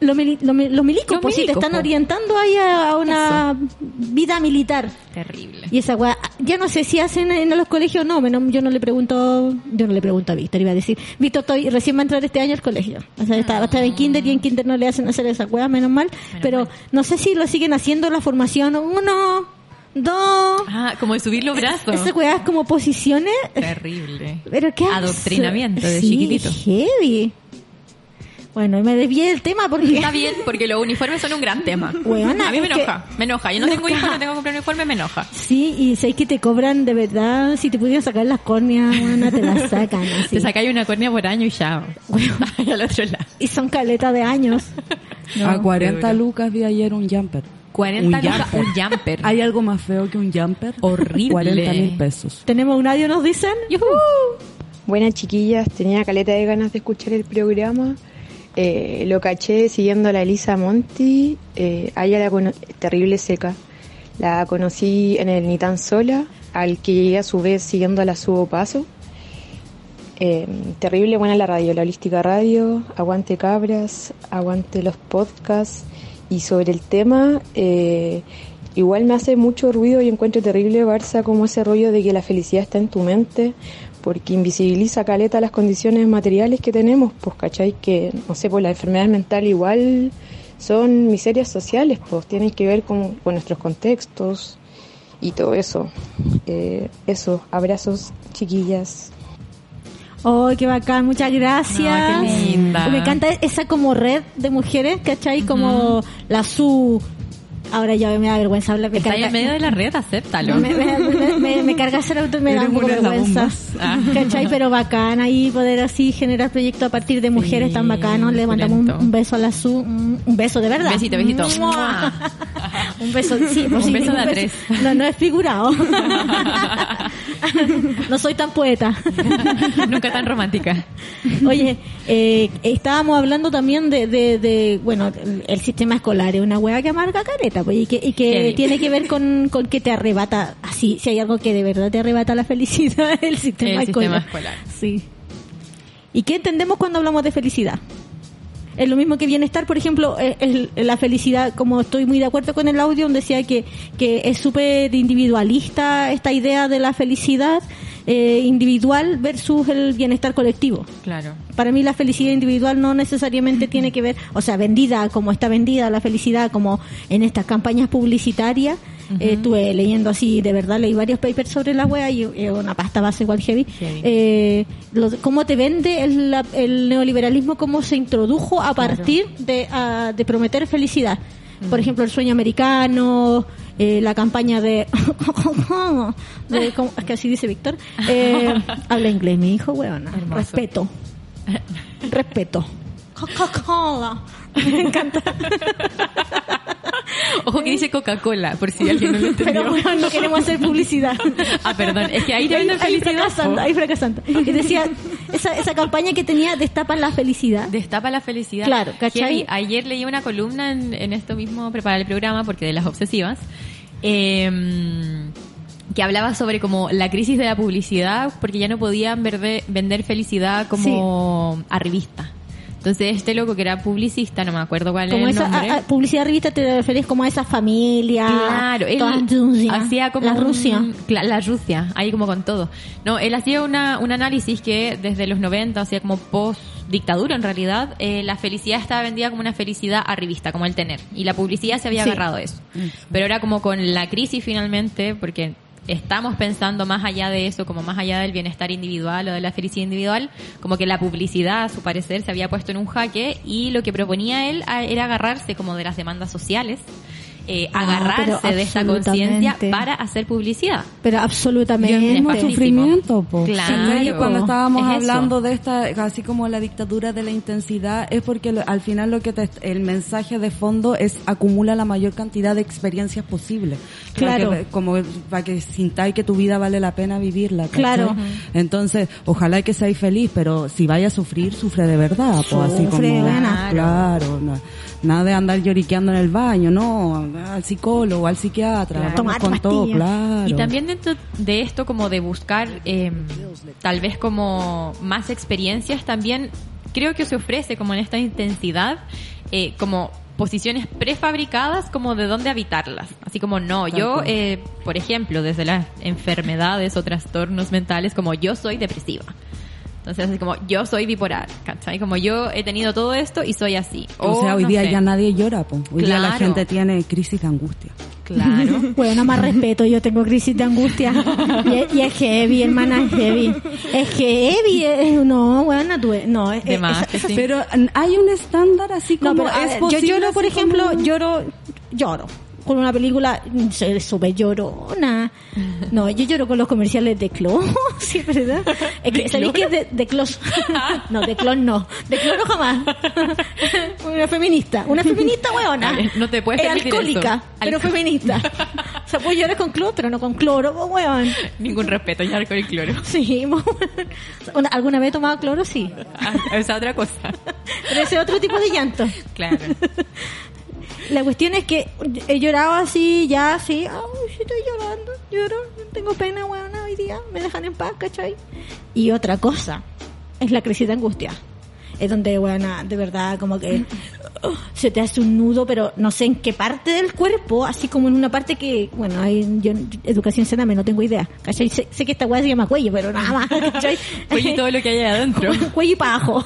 S1: Los, mili- los mi- los milicos,
S2: Los
S1: pues sí, te
S2: milicos,
S1: están
S2: po.
S1: orientando ahí a, a una vida militar.
S2: Terrible.
S1: Y esa weá, ya no sé si hacen en los colegios o no, menos- yo no le pregunto, yo no le pregunto a Víctor, iba a decir, Víctor estoy, recién va a entrar este año al colegio, o sea,
S2: Ah.
S1: estaba, estaba en kinder y en kinder no le hacen hacer esa hueá, menos mal, pero no sé si lo siguen haciendo la formación uno, dos,
S2: Ah, como de subir los brazos.
S1: esas hueás como posiciones,
S2: Terrible.
S1: pero qué absurdo.
S2: Adoctrinamiento de
S1: Sí,
S2: chiquitito.
S1: heavy. Bueno, y me desvié del tema porque...
S2: Está bien, porque los uniformes son un gran tema.
S1: Weona,
S2: a mí me
S1: es que-
S2: enoja, me enoja. Yo no
S1: Me
S2: tengo uniforme,
S1: caga.
S2: tengo que comprar uniforme, me enoja.
S1: Sí, y sé que te cobran de verdad, si te pudieran sacar las córneas, weona, te las sacan. así.
S2: *laughs* Te sacáis una córnea por año y ya. Y *laughs* al otro lado.
S1: Y son caletas de
S2: *laughs*
S1: años.
S3: a 40
S2: seguro.
S3: lucas vi ayer un jumper.
S2: 40
S3: Un
S2: lucas,
S3: jumper.
S2: un jumper.
S3: ¿Hay algo más feo que un jumper?
S2: Horrible.
S3: 40 mil pesos.
S1: Tenemos un audio, nos dicen.
S4: Buenas chiquillas, tenía caleta de ganas de escuchar el programa. Eh, lo caché siguiendo a la Elisa Monti. Eh, a ella la cono- terrible seca. La conocí en el Ni tan sola, al que llegué a su vez siguiendo a la Subo Paso. Eh, terrible buena la radio, la holística radio, aguante cabras, aguante los podcasts y sobre el tema, eh, igual me hace mucho ruido y encuentro terrible Barça como ese rollo de que la felicidad está en tu mente porque invisibiliza caleta las condiciones materiales que tenemos, pues cachai que, no sé, pues las enfermedades mentales igual son miserias sociales, pues tienen que ver con, con nuestros contextos y todo eso. Eh, eso, abrazos chiquillas.
S1: Oh, qué bacán, muchas gracias.
S2: No, qué linda.
S1: Me encanta esa como red de mujeres, ¿cachai? Como la su... Ahora ya me da vergüenza hablar. Me
S2: Está ahí
S1: carga-
S2: en medio de la red, acéptalo.
S1: Me, me, me- me- me carga ser auto me da
S2: Eres
S1: un poco
S2: una de las
S1: vergüenza.
S2: bombas. Ah.
S1: ¿Cachai? Pero bacán ahí poder así generar proyectos a partir de mujeres
S2: Sí,
S1: tan bacanos. Le mandamos un,
S2: excelente.
S1: un beso a la su. Un un beso de verdad.
S2: Besito, besito.
S1: ¡Mua! Un beso, sí, pues
S2: Un
S1: sí,
S2: beso de a tres.
S1: No, no es
S2: *laughs*
S1: figurado. *laughs* no soy tan poeta. *laughs*
S2: Nunca tan romántica.
S1: Oye, eh, estábamos hablando también de, de, de, bueno, el- el sistema escolar es una hueá que amarga careta, pues, y que, y que
S2: Heavy.
S1: tiene que ver con, con que te arrebata, así, si hay algo que de verdad te arrebata la felicidad, *laughs* el sistema
S2: El sistema
S1: escolar.
S2: escolar.
S1: Sí. ¿Y qué entendemos cuando hablamos de felicidad? Es lo mismo que bienestar, por ejemplo, es- es la felicidad, como estoy muy de acuerdo con el audio, donde decía que, que es súper individualista esta idea de la felicidad eh, individual versus el bienestar colectivo
S2: Claro.
S1: para mí la felicidad individual no necesariamente tiene que ver, o sea, vendida como está vendida la felicidad, como en estas campañas publicitarias. Eh, estuve leyendo así, de verdad, leí varios papers sobre la wea y eh, una pasta base igual heavy.
S2: Heavy.
S1: Eh, lo- cómo te vende el, la- el neoliberalismo, cómo se introdujo a partir de, ah, de prometer felicidad. Por ejemplo, el sueño americano, eh, la campaña de... *laughs* de- como- es que así dice Víctor. Eh, habla inglés, mi hijo, weona.
S2: Hermoso.
S1: Respeto. Respeto. Coca-Cola. Me encanta.
S2: *laughs* Ojo que dice Coca-Cola, por si alguien
S1: *laughs*
S2: no lo entendió.
S1: Pero bueno, no queremos hacer publicidad.
S2: Ah, perdón. Es *laughs* que ahí te venden felicidad.
S1: fracasando,
S2: po.
S1: ahí fracasando. Y decía, esa, esa campaña que tenía destapa la felicidad.
S2: Destapa la felicidad.
S1: Claro, ¿cachai?
S2: Heavy. Ayer leí una columna en, en esto mismo, preparar el programa, porque de las obsesivas, eh, que hablaba sobre como la crisis de la publicidad, porque ya no podían verde- vender felicidad como a revista. Entonces este loco que era publicista, no me acuerdo cuál
S1: Como
S2: era el
S1: esa
S2: nombre.
S1: a- a- publicidad revista te refieres como a esa familia.
S2: Claro, él
S1: toda Rusia,
S2: hacía como
S1: la
S2: un-
S1: Rusia.
S2: cla- la Rusia, ahí como con todo. No, él hacía una, un análisis que desde los 90, o sea, como post dictadura en realidad, eh, la felicidad estaba vendida como una felicidad a revista, como el tener. Y la publicidad se había
S1: Sí.
S2: agarrado a eso. Pero ahora como con la crisis finalmente, porque estamos pensando más allá de eso, como más allá del bienestar individual o de la felicidad individual, como que la publicidad, a su parecer, se había puesto en un jaque y lo que proponía él a- era agarrarse como de las demandas sociales, eh,
S1: Ah,
S2: agarrarse
S1: pero
S2: de esta conciencia
S1: absolutamente.
S2: para hacer publicidad.
S1: Pero
S2: Yo
S1: absolutamente.
S2: mismo
S3: Mismo
S2: nefastísimo.
S3: sufrimiento, po.
S2: Claro.
S3: ¿Cachai? Cuando estábamos
S2: Es eso.
S3: hablando de esta, casi como la dictadura de la intensidad, es porque lo- al final lo que te- el mensaje de fondo es acumula la mayor cantidad de experiencias posible.
S1: Claro.
S3: Para que- como para que sintáis que tu vida vale la pena vivirla. ¿cachai?
S1: Claro.
S3: Entonces, ojalá que seáis feliz, pero si vaya a sufrir, sufre de verdad, po, así como,
S1: Sufre, buena.
S3: claro, no- Nada de andar lloriqueando en el baño, no, al psicólogo, al psiquiatra,
S1: Claro.
S3: vamos
S1: Tomar
S3: con todo,
S1: pastillas.
S3: claro.
S2: Y también dentro de esto como de buscar eh, tal vez como más experiencias también creo que se ofrece como en esta intensidad eh, como posiciones prefabricadas como de dónde habitarlas. Así como no, yo, eh, por ejemplo, desde las enfermedades o trastornos mentales, como yo soy depresiva. Entonces, así como yo soy bipolar, ¿cachai? Como yo he tenido todo esto y soy así.
S3: o
S1: Oh,
S3: sea, hoy
S2: no
S3: día
S2: sé.
S3: ya nadie llora, po. Hoy día la
S2: Claro.
S3: gente tiene crisis de angustia. *laughs*
S2: Claro.
S1: Bueno, más respeto, yo tengo crisis de angustia. Y es, y es heavy, hermana, es heavy. Es heavy, es- no, bueno, tú, no, es,
S2: De
S1: es-
S2: más, que sí.
S3: Pero n- hay un estándar así
S1: No,
S3: como
S1: pero a
S3: es
S1: ver, yo
S3: posible
S1: lloro,
S3: así
S1: por ejemplo,
S3: como-
S1: lloro, lloro. Con una película, mm, soy súper llorona. No, yo lloro con los comerciales de Clos, *laughs* sí, es ¿verdad? Es que, ¿sabéis que es de, de Clos? No, de Clos no. De Cloro jamás. Una feminista. Una feminista hueona.
S2: Dale, no te puedes
S1: Es
S2: permitir
S1: alcohólica,
S2: eso.
S1: pero
S2: Alco-
S1: feminista. O sea, puedo llorar con Clos, pero no con cloro, pues, hueón.
S2: Ningún respeto ya con el cloro.
S1: Sí, *laughs* pues, hueón. Una- ¿Alguna vez he tomado cloro? Sí.
S2: Ah, Esa otra *laughs* cosa.
S1: Pero ese es otro tipo de llanto.
S2: *laughs* Claro.
S1: La cuestión es que he llorado así, ya así, ay, sí, estoy llorando, lloro, tengo pena, weón, hoy día, me dejan en paz, ¿cachai? Y otra cosa, es la crisis de angustia. Es donde, weón, de verdad, como que oh, se te hace un nudo, pero no sé en qué parte del cuerpo, así como en una parte que, bueno, hay, yo, educación cename, no tengo idea, ¿cachai? Sé, sé que esta weá se llama cuello, pero nada más, ¿cachai?
S2: Oye, todo lo que hay ahí adentro.
S1: *laughs* cuello y para abajo.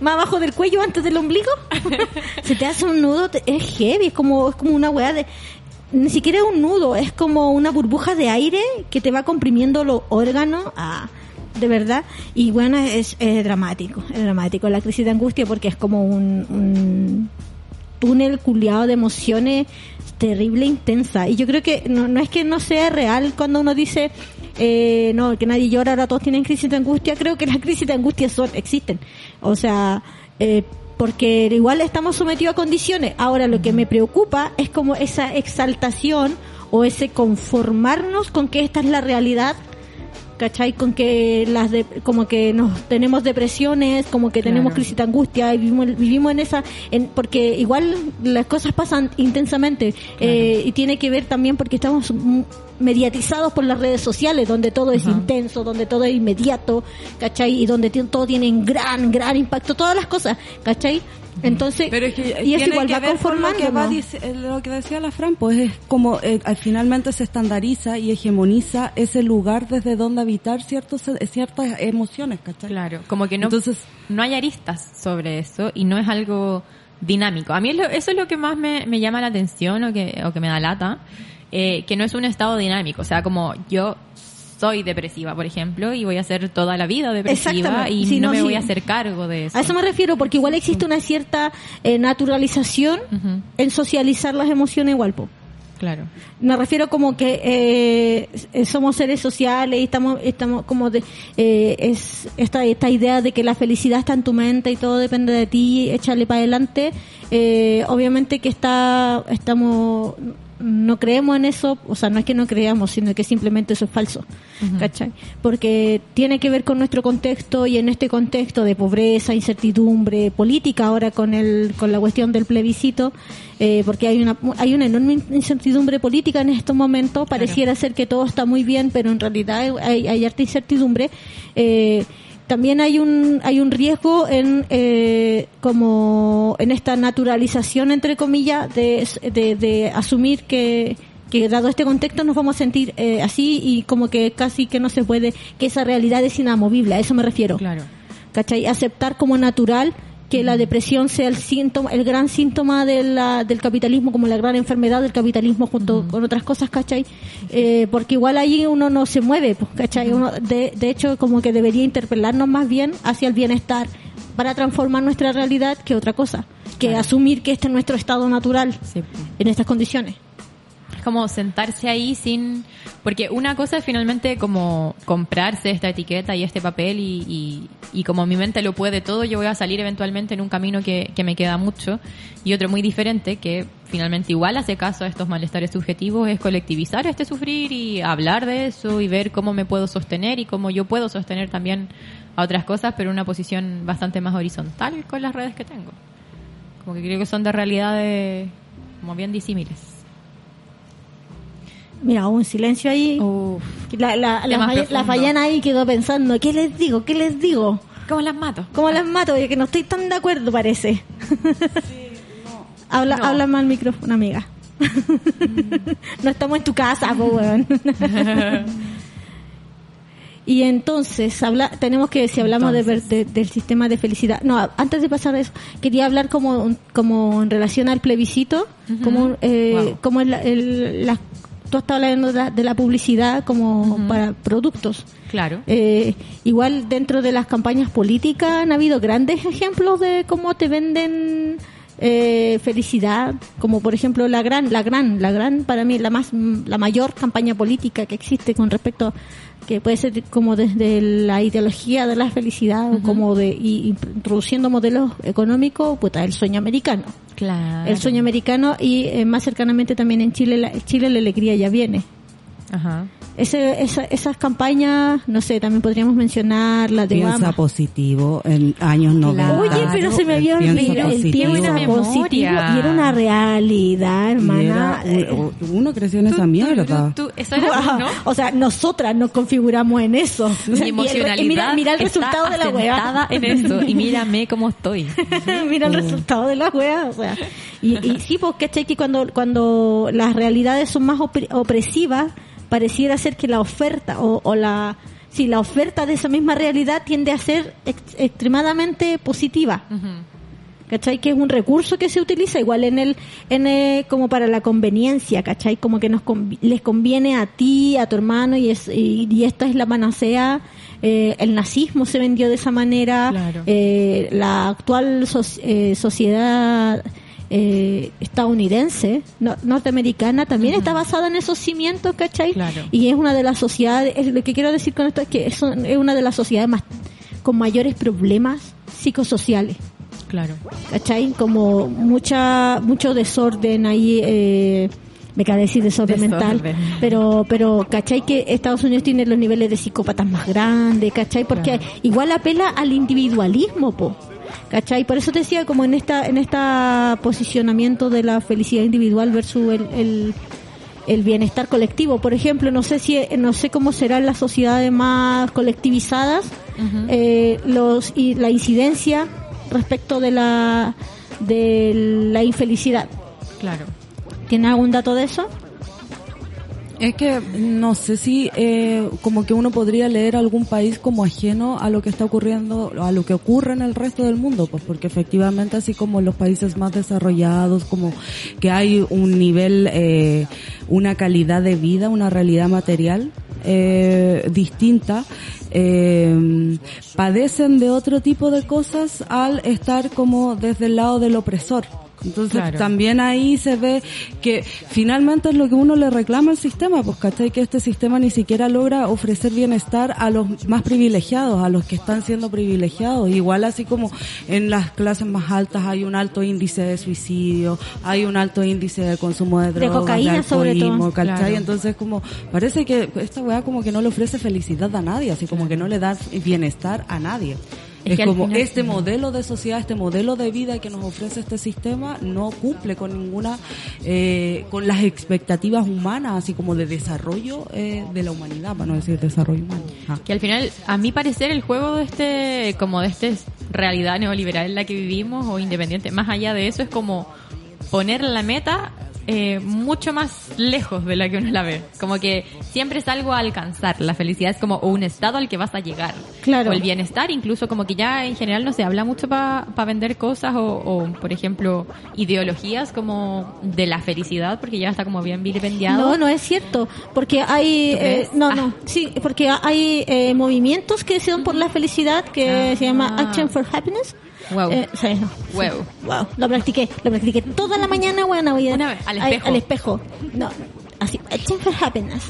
S1: Más abajo del cuello antes del ombligo. Se te hace un nudo, te- es heavy, es como, es como una weá de... Ni siquiera es un nudo, es como una burbuja de aire que te va comprimiendo los órganos. Ah, de verdad. Y bueno, es, es dramático, es dramático la crisis de angustia porque es como un- un túnel culiado de emociones terrible, intensa. Y yo creo que no, no es que no sea real cuando uno dice, eh, no, que nadie llora, ahora todos tienen crisis de angustia. Creo que las crisis de angustia son, existen. O sea, eh, porque igual estamos sometidos a condiciones. Ahora lo que me preocupa es como esa exaltación o ese conformarnos con que esta es la realidad ¿cachai? Con que las de- como que nos tenemos depresiones, como que tenemos
S2: Claro.
S1: crisis de angustia y vivimos, vivimos en esa, en, porque igual las cosas pasan intensamente eh, y tiene que ver también porque estamos mm, mediatizados por las redes sociales, donde todo es
S2: Ajá.
S1: intenso, donde todo es inmediato, ¿cachai? Y donde ti- todo tiene un gran, gran impacto, todas las cosas, ¿cachai? Entonces,
S3: Pero es que
S1: y es
S3: tiene
S1: igual,
S3: que
S1: va
S3: ver con lo que, va
S1: conformándonos.
S3: dice- eh, lo que decía la Fran, pues es como eh, al- finalmente se estandariza y hegemoniza ese lugar desde donde habitar ciertos, eh, ciertas emociones, ¿cachai?
S2: Claro. Como que no,
S3: Entonces-
S2: no hay aristas sobre eso y no es algo dinámico. A mí es lo- eso es lo que más me, me llama la atención o que, o que me da lata, eh, que no es un estado dinámico. O sea, como yo soy depresiva, por ejemplo, y voy a ser toda la vida depresiva
S1: Exactamente.
S2: y
S1: Sí,
S2: no,
S1: no,
S2: me
S1: sí.
S2: voy a hacer cargo de eso.
S1: A eso me refiero, porque igual existe una cierta eh, naturalización
S2: Ujú.
S1: en socializar las emociones igual, po.
S2: Claro.
S1: Me refiero como que eh, eh, somos seres sociales y estamos, estamos como de, eh, es esta, esta idea de que la felicidad está en tu mente y todo depende de ti, échale para adelante. Eh, obviamente que está, estamos, no creemos en eso, o sea, no es que no creamos, sino que simplemente eso es falso, ¿cachai? Porque tiene que ver con nuestro contexto y en este contexto de pobreza, incertidumbre política ahora con el con la cuestión del plebiscito, eh, porque hay una hay una enorme incertidumbre política en estos momentos. Pareciera ser que todo está muy bien, pero en realidad hay, hay harta incertidumbre. Eh, también hay un hay un riesgo en eh, como en esta naturalización entre comillas de, de, de asumir que que dado este contexto nos vamos a sentir eh, así y como que casi que no se puede que esa realidad es inamovible a eso me refiero
S2: Claro.
S1: ¿cachai? Aceptar como natural que la depresión sea el síntoma, el gran síntoma de la- del capitalismo, como la gran enfermedad del capitalismo junto con otras cosas, ¿cachai? Eh, porque igual ahí uno no se mueve, pues, ¿cachai? Uno, de, de hecho, como que debería interpelarnos más bien hacia el bienestar para transformar nuestra realidad que otra cosa, que asumir que este es nuestro estado natural
S2: Sí. pues.
S1: en estas condiciones.
S2: Es como sentarse ahí sin... Porque una cosa es finalmente como comprarse esta etiqueta y este papel y, y- y como mi mente lo puede todo, yo voy a salir eventualmente en un camino que, que me queda mucho. Y otro muy diferente, que finalmente igual hace caso a estos malestares subjetivos, es colectivizar este sufrir y hablar de eso y ver cómo me puedo sostener y cómo yo puedo sostener también a otras cosas, pero en una posición bastante más horizontal con las redes que tengo. Como que creo que son de realidades como bien disímiles.
S1: Mira, hubo un silencio ahí.
S2: Uf.
S1: La, la, la,
S2: Temas
S1: Falla- la
S2: profundos.
S1: Fallana ahí quedó pensando, ¿qué les digo? ¿Qué les digo?
S2: ¿Cómo las mato?
S1: ¿Cómo las mato? Oye, que no estoy tan de acuerdo, parece. *laughs* Habla,
S3: No.
S1: habla más al micrófono, amiga. no estamos en tu casa, po, weón. y entonces, habla, tenemos que, si hablamos de ver- de- del sistema de felicidad, no, a- antes de pasar a eso, quería hablar como, como en relación al plebiscito, como, eh,
S2: Wow.
S1: como el, el- las- tú estás hablando de la, de la publicidad como para productos.
S2: Claro.
S1: Eh, igual dentro de las campañas políticas han habido grandes ejemplos de cómo te venden eh, felicidad, como por ejemplo la gran, la gran, la gran, para mí la más, la mayor campaña política que existe con respecto que puede ser como desde la ideología de la felicidad, o como de y- y introduciendo modelos económicos, puta, el sueño americano,
S2: Claro.
S1: el sueño americano y eh, más cercanamente también en Chile, la, Chile la alegría ya viene.
S2: Ajá.
S1: Ese, esa- esas campañas, no sé, también podríamos mencionar la de
S3: Piensa
S1: Obama.
S3: positivo en años 90.
S1: Oye, pero se me
S3: el
S1: había
S3: piensa
S1: olvidado el
S3: positivo.
S1: tiempo era
S2: Buena
S1: positivo y
S2: memoria.
S1: era una realidad,
S3: Y
S1: hermana. Eh, *laughs*
S3: era- u- u- uno creció en esa
S2: Tú,
S3: mierda.
S2: tú, tú, Eso era,
S1: Wow.
S2: ¿no?
S1: O sea, nosotras nos configuramos en eso. O sea, *laughs*
S2: Mi
S1: y el- y
S2: emocionalidad
S1: mira, mira el
S2: está
S1: resultado de la
S2: asentada
S1: weá.
S2: *laughs*
S1: *laughs*
S2: en esto y mírame cómo estoy.
S1: mira el resultado de la wea, o sea. Y, y sí, porque caché que cuando, cuando las realidades son más opre- opresivas, pareciera ser que la oferta o, o la... Sí, la oferta de esa misma realidad tiende a ser ex- extremadamente positiva. ¿Cachai? Que es un recurso que se utiliza igual en el, en el- como para la conveniencia, ¿cachai? Como que nos convi- les conviene a ti, a tu hermano, y, es, y, y esta es la panacea. Eh, el nazismo se vendió de esa manera.
S2: Claro.
S1: Eh, la actual soci- eh, sociedad eh, estadounidense, no- norteamericana, también está basada en esos cimientos, ¿cachai?
S2: Claro.
S1: Y es una de las sociedades, es lo que quiero decir con esto es que es, un- es una de las sociedades más con mayores problemas psicosociales.
S2: Claro.
S1: ¿cachai? Como mucha, mucho desorden ahí, eh, me cae decir desorden,
S2: Desorden.
S1: mental, pero, pero, ¿cachai? Que Estados Unidos tiene los niveles de psicópatas más grandes, ¿cachai? Porque igual apela al individualismo, po. ¿Cachai? Por eso te decía como en esta, en esta posicionamiento de la felicidad individual versus el, el, el bienestar colectivo. Por ejemplo, no sé si, no sé cómo serán las sociedades más colectivizadas, eh, los, y la incidencia respecto de la, de la infelicidad.
S2: Claro.
S1: ¿Tienes algún dato de eso?
S3: Es que no sé si eh, como que uno podría leer algún país como ajeno a lo que está ocurriendo, a lo que ocurre en el resto del mundo, pues porque efectivamente así como los países más desarrollados, como que hay un nivel, eh, una calidad de vida, una realidad material eh, distinta, eh, padecen de otro tipo de cosas al estar como desde el lado del opresor. Entonces
S2: Claro.
S3: también también ahí se ve que finalmente es lo que uno le reclama al sistema, pues cachai que este sistema ni siquiera logra ofrecer bienestar a los más privilegiados, a los que están siendo privilegiados. Igual así como en las clases más altas hay un alto índice de suicidio, hay un alto índice de consumo de drogas,
S1: cocaína, sobre
S3: alcoholismo,
S1: todo.
S3: ¿cachai?
S2: Claro.
S3: Entonces como parece que esta weá como que no le ofrece felicidad a nadie, así como que no le da bienestar a nadie.
S2: Es
S3: Es,
S2: que al
S3: como
S2: final-
S3: este modelo de sociedad, este modelo de vida que nos ofrece este sistema no cumple con ninguna, eh, con las expectativas humanas, así como de desarrollo eh, de la humanidad, para no decir desarrollo humano. Ah.
S2: Que al final, a mi parecer, el juego de este, como de esta realidad neoliberal en la que vivimos o independiente, más allá de eso, es como poner la meta eh, mucho más lejos de la que uno la ve. Como que siempre es algo a alcanzar. La felicidad es como un estado al que vas a llegar.
S1: Claro.
S2: O el bienestar, incluso como que ya en general no se habla mucho para vender cosas o, o, por ejemplo, ideologías como de la felicidad, porque ya está como bien vilipendiado.
S1: No, no es cierto, porque hay,
S2: ¿Tú crees?
S1: eh, no,
S2: Ah.
S1: no, sí, porque hay eh, movimientos que son por la felicidad que
S2: Ah.
S1: se llama Action for Happiness.
S2: Wow.
S1: Eh, sí, no.
S2: Wow.
S1: Wow, lo practiqué, lo practiqué toda la mañana, bueno, voy a-
S2: Una vez, al
S1: ay,
S2: espejo.
S1: al espejo. No, así, Action for Happiness,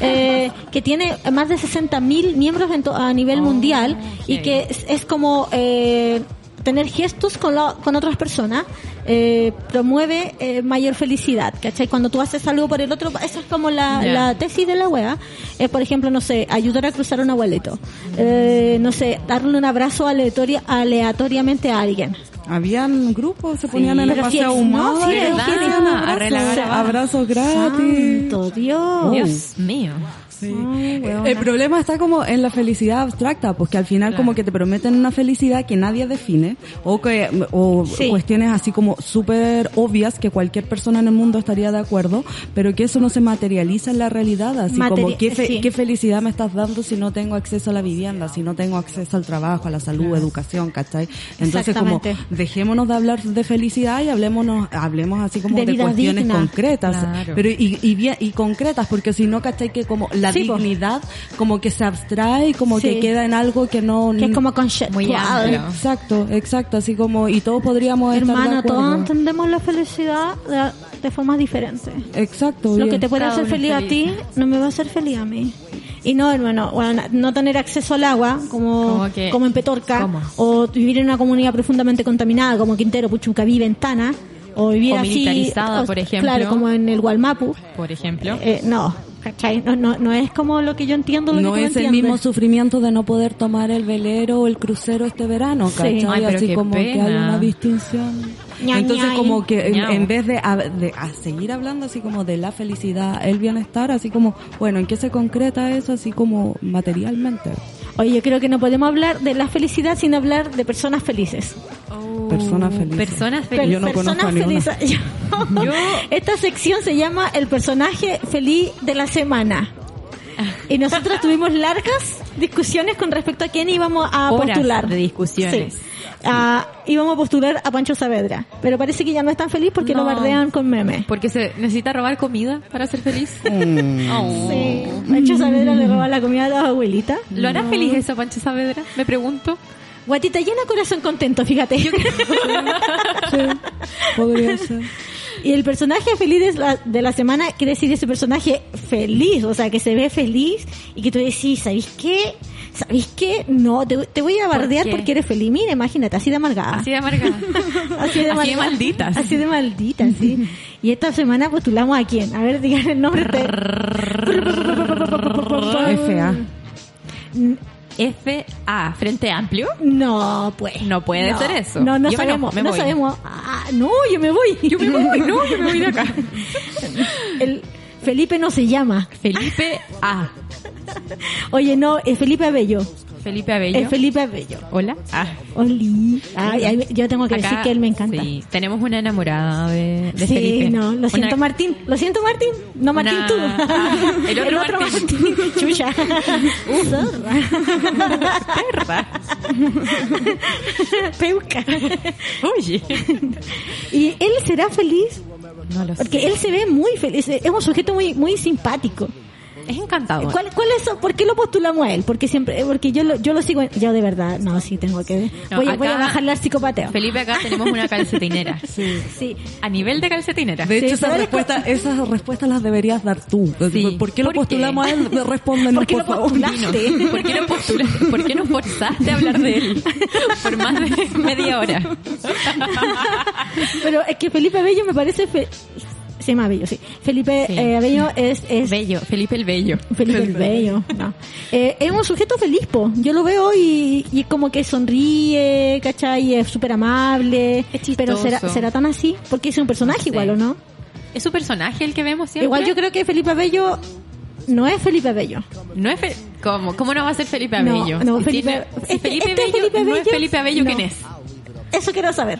S1: eh, que tiene más de 60.000 mil miembros en to- a nivel
S2: Oh,
S1: mundial y
S2: ok.
S1: que es, es como eh, tener gestos con, la- con otras personas eh, promueve eh, mayor felicidad, ¿cachai? Cuando tú haces algo por el otro, esa es como la,
S2: Ya.
S1: la tesis de la wea. Eh, por ejemplo, no sé, ayudar a cruzar a un abuelito. Eh, no sé, darle un abrazo aleatoria, aleatoriamente a alguien.
S3: Habían grupos, se ponían en el
S1: Pero si
S3: paseo
S1: es-
S3: humado,
S1: no, si es-
S3: y
S2: ¿verdad?
S3: hacían
S2: A relagar
S3: abrazos,
S2: abajo.
S3: abrazos gratis. Oh,
S1: Santo Dios.
S2: Dios mío.
S3: Sí.
S1: Ay, weona.
S3: Eh, El problema está como en la felicidad abstracta, porque al final
S2: Claro.
S3: como que te prometen una felicidad que nadie define o que o
S1: Sí.
S3: cuestiones así como súper obvias que cualquier persona en el mundo estaría de acuerdo, pero que eso no se materializa en la realidad, así
S1: Materi-
S3: como qué, fe-
S1: sí.
S3: qué felicidad me estás dando si no tengo acceso a la vivienda, si no tengo acceso al trabajo, a la salud, educación, ¿cachai? Entonces como
S1: Exactamente.
S3: dejémonos de hablar de felicidad y hablémonos, hablemos así como
S1: De
S3: de,
S1: vida
S3: cuestiones
S1: digna.
S3: concretas,
S2: Claro.
S3: pero y, y, bien- y concretas, porque si no, ¿cachai? Que como la
S1: Sí, po.
S3: dignidad como que se abstrae, como
S1: Sí.
S3: que queda en algo que no...
S1: que es como conceptual.
S2: Mm. Muy amplio.
S3: Exacto, exacto, así como... Y todos podríamos estar de
S1: Hermano,
S3: acuerdo.
S1: todos entendemos la felicidad de, de formas diferentes.
S3: Exacto,
S1: Lo
S3: bien.
S1: que te puede
S2: Cada
S1: hacer
S2: uno
S1: feliz a
S2: feliz.
S1: ti no me va a hacer feliz a mí. Y no, hermano, bueno, no tener acceso al agua como,
S2: Como que-
S1: como en Petorca,
S2: ¿Cómo?
S1: o vivir en una comunidad profundamente contaminada como Quintero, Puchuncaví, Ventana, o vivir
S2: O
S1: así,
S2: militarizada, por ejemplo.
S1: Claro, como en el Gualmapu.
S2: por ejemplo.
S1: Eh, no, ¿cachai? No, no, no es como lo que yo entiendo. Lo
S3: No
S1: que tú
S3: es el
S1: entiendes.
S3: mismo sufrimiento de no poder tomar el velero o el crucero este verano,
S1: Sí.
S3: ¿cachai?
S2: Ay, pero
S3: así
S2: qué
S3: como que hay
S2: pena.
S3: una distinción.
S1: Ñau,
S3: Entonces
S1: ñau.
S3: como que en,
S2: Ñau.
S3: en vez de, a, de a seguir hablando así como de la felicidad, el bienestar, así como, bueno, ¿en qué se concreta eso así como materialmente?
S1: Oye, yo creo que no podemos hablar de la felicidad sin hablar de personas felices.
S2: Oh,
S3: Personas felices.
S2: Personas
S1: Per-
S2: felices.
S3: Yo no conozco a ninguna.
S1: personas felices. *laughs* Yo-
S2: Yo-
S1: Esta sección se llama El personaje feliz de la semana. Y
S2: *laughs*
S1: nosotros tuvimos largas discusiones con respecto a quién íbamos a
S2: Horas
S1: postular.
S2: de discusiones.
S1: Sí. Ah, íbamos a postular a Pancho Saavedra. Pero parece que ya no es tan feliz porque lo
S2: No.
S1: bardean con memes.
S2: Porque se necesita robar comida para ser feliz.
S1: Mm.
S2: *laughs* Oh.
S1: Sí. Pancho Saavedra le roba la comida a las abuelitas.
S2: ¿Lo hará feliz eso, Pancho Saavedra? Me pregunto.
S1: Guatita llena, corazón contento, fíjate. *laughs*
S3: Sí, podría ser.
S1: Y el personaje feliz de la, de la semana quiere decir ese personaje feliz, o sea, que se ve feliz y que tú decís, ¿sabéis qué? ¿Sabéis qué? No, te, te voy a
S2: ¿Por
S1: bardear
S2: qué?
S1: porque eres feliz. Mira, imagínate, así de amargada.
S2: Así
S1: *laughs*
S2: de amargada.
S1: Así de,
S2: así de
S1: amargada.
S2: malditas.
S1: Así de maldita, sí. Y esta semana postulamos a quién. A ver, digan el nombre.
S3: FA.
S2: FA, Frente Amplio.
S1: No, pues.
S2: No puede ser eso.
S1: No, no
S2: Yo me
S1: sabemos.
S2: enojo, me
S1: no
S2: voy.
S1: sabemos. Ah, no, yo me voy. Yo me voy. No, yo me voy de acá. El Felipe no se llama.
S2: Felipe A.
S1: Oye, no, es Felipe Abello.
S2: Felipe Abello.
S1: Es Felipe Abello.
S2: Hola. Ah.
S1: Oli. Ay, ay, yo tengo que
S2: Acá-
S1: decir que él me encanta. Sí,
S2: Sí, tenemos una enamorada de, de Felipe.
S1: no, lo siento
S2: Una-
S1: Martín. Lo siento Martín. No Martín
S2: Una-
S1: tú.
S2: Ah, *laughs*
S1: *laughs*
S2: el otro Martín.
S1: Chucha.
S2: *laughs*
S1: Zorra. *laughs* Peuca.
S2: Oye.
S1: ¿Y él será feliz?
S2: No lo sé.
S1: Porque él se ve muy feliz. Es un sujeto muy, muy simpático.
S2: Es encantador.
S1: ¿Cuál, cuál es, ¿Por qué lo postulamos a él? Porque siempre, porque yo lo, yo lo sigo, en- yo de verdad, no, sí tengo que,
S2: No,
S1: voy, a- voy a
S2: acá-
S1: bajarle al psicopateo.
S2: Felipe, acá tenemos una calcetinera.
S1: Sí, sí.
S2: A nivel de calcetinera.
S3: De hecho,
S1: Sí,
S3: esas
S1: pero-
S3: respuestas esas respuestas las deberías dar tú.
S2: Sí.
S3: ¿Por qué lo
S2: ¿Por qué?
S3: postulamos a *laughs* él? Respóndenos,
S1: ¿Por qué lo
S3: favor.
S1: postulaste?
S2: Dino, ¿Por qué no postulaste? ¿Por qué no forzaste a hablar de él? *laughs* Por más de media hora.
S1: Pero es que Felipe Bello me parece, fe- se llama Bello, sí. Felipe
S2: Sí.
S1: eh, Bello es, es
S2: Bello, Felipe el Bello.
S1: Felipe el Bello, no. Eh, es un sujeto feliz, po. Yo lo veo y, y como que sonríe, ¿cachai? Es súper amable.
S2: Es
S1: Pero será,
S2: chistoso.
S1: será tan así, porque es un personaje
S2: sé.
S1: igual, ¿o no?
S2: ¿Es su personaje el que vemos siempre?
S1: Igual yo creo que Felipe Bello no es Felipe Bello.
S2: No es Fe- ¿Cómo? ¿Cómo no va a ser Felipe
S1: No,
S2: Abello?
S1: no,
S2: Si
S1: Felipe-
S2: no- si
S1: este-
S2: Felipe
S1: este
S2: Abello
S1: Felipe
S2: no es
S1: Abello,
S2: Felipe Abello,
S1: no.
S2: ¿quién es?
S1: Eso quiero saber.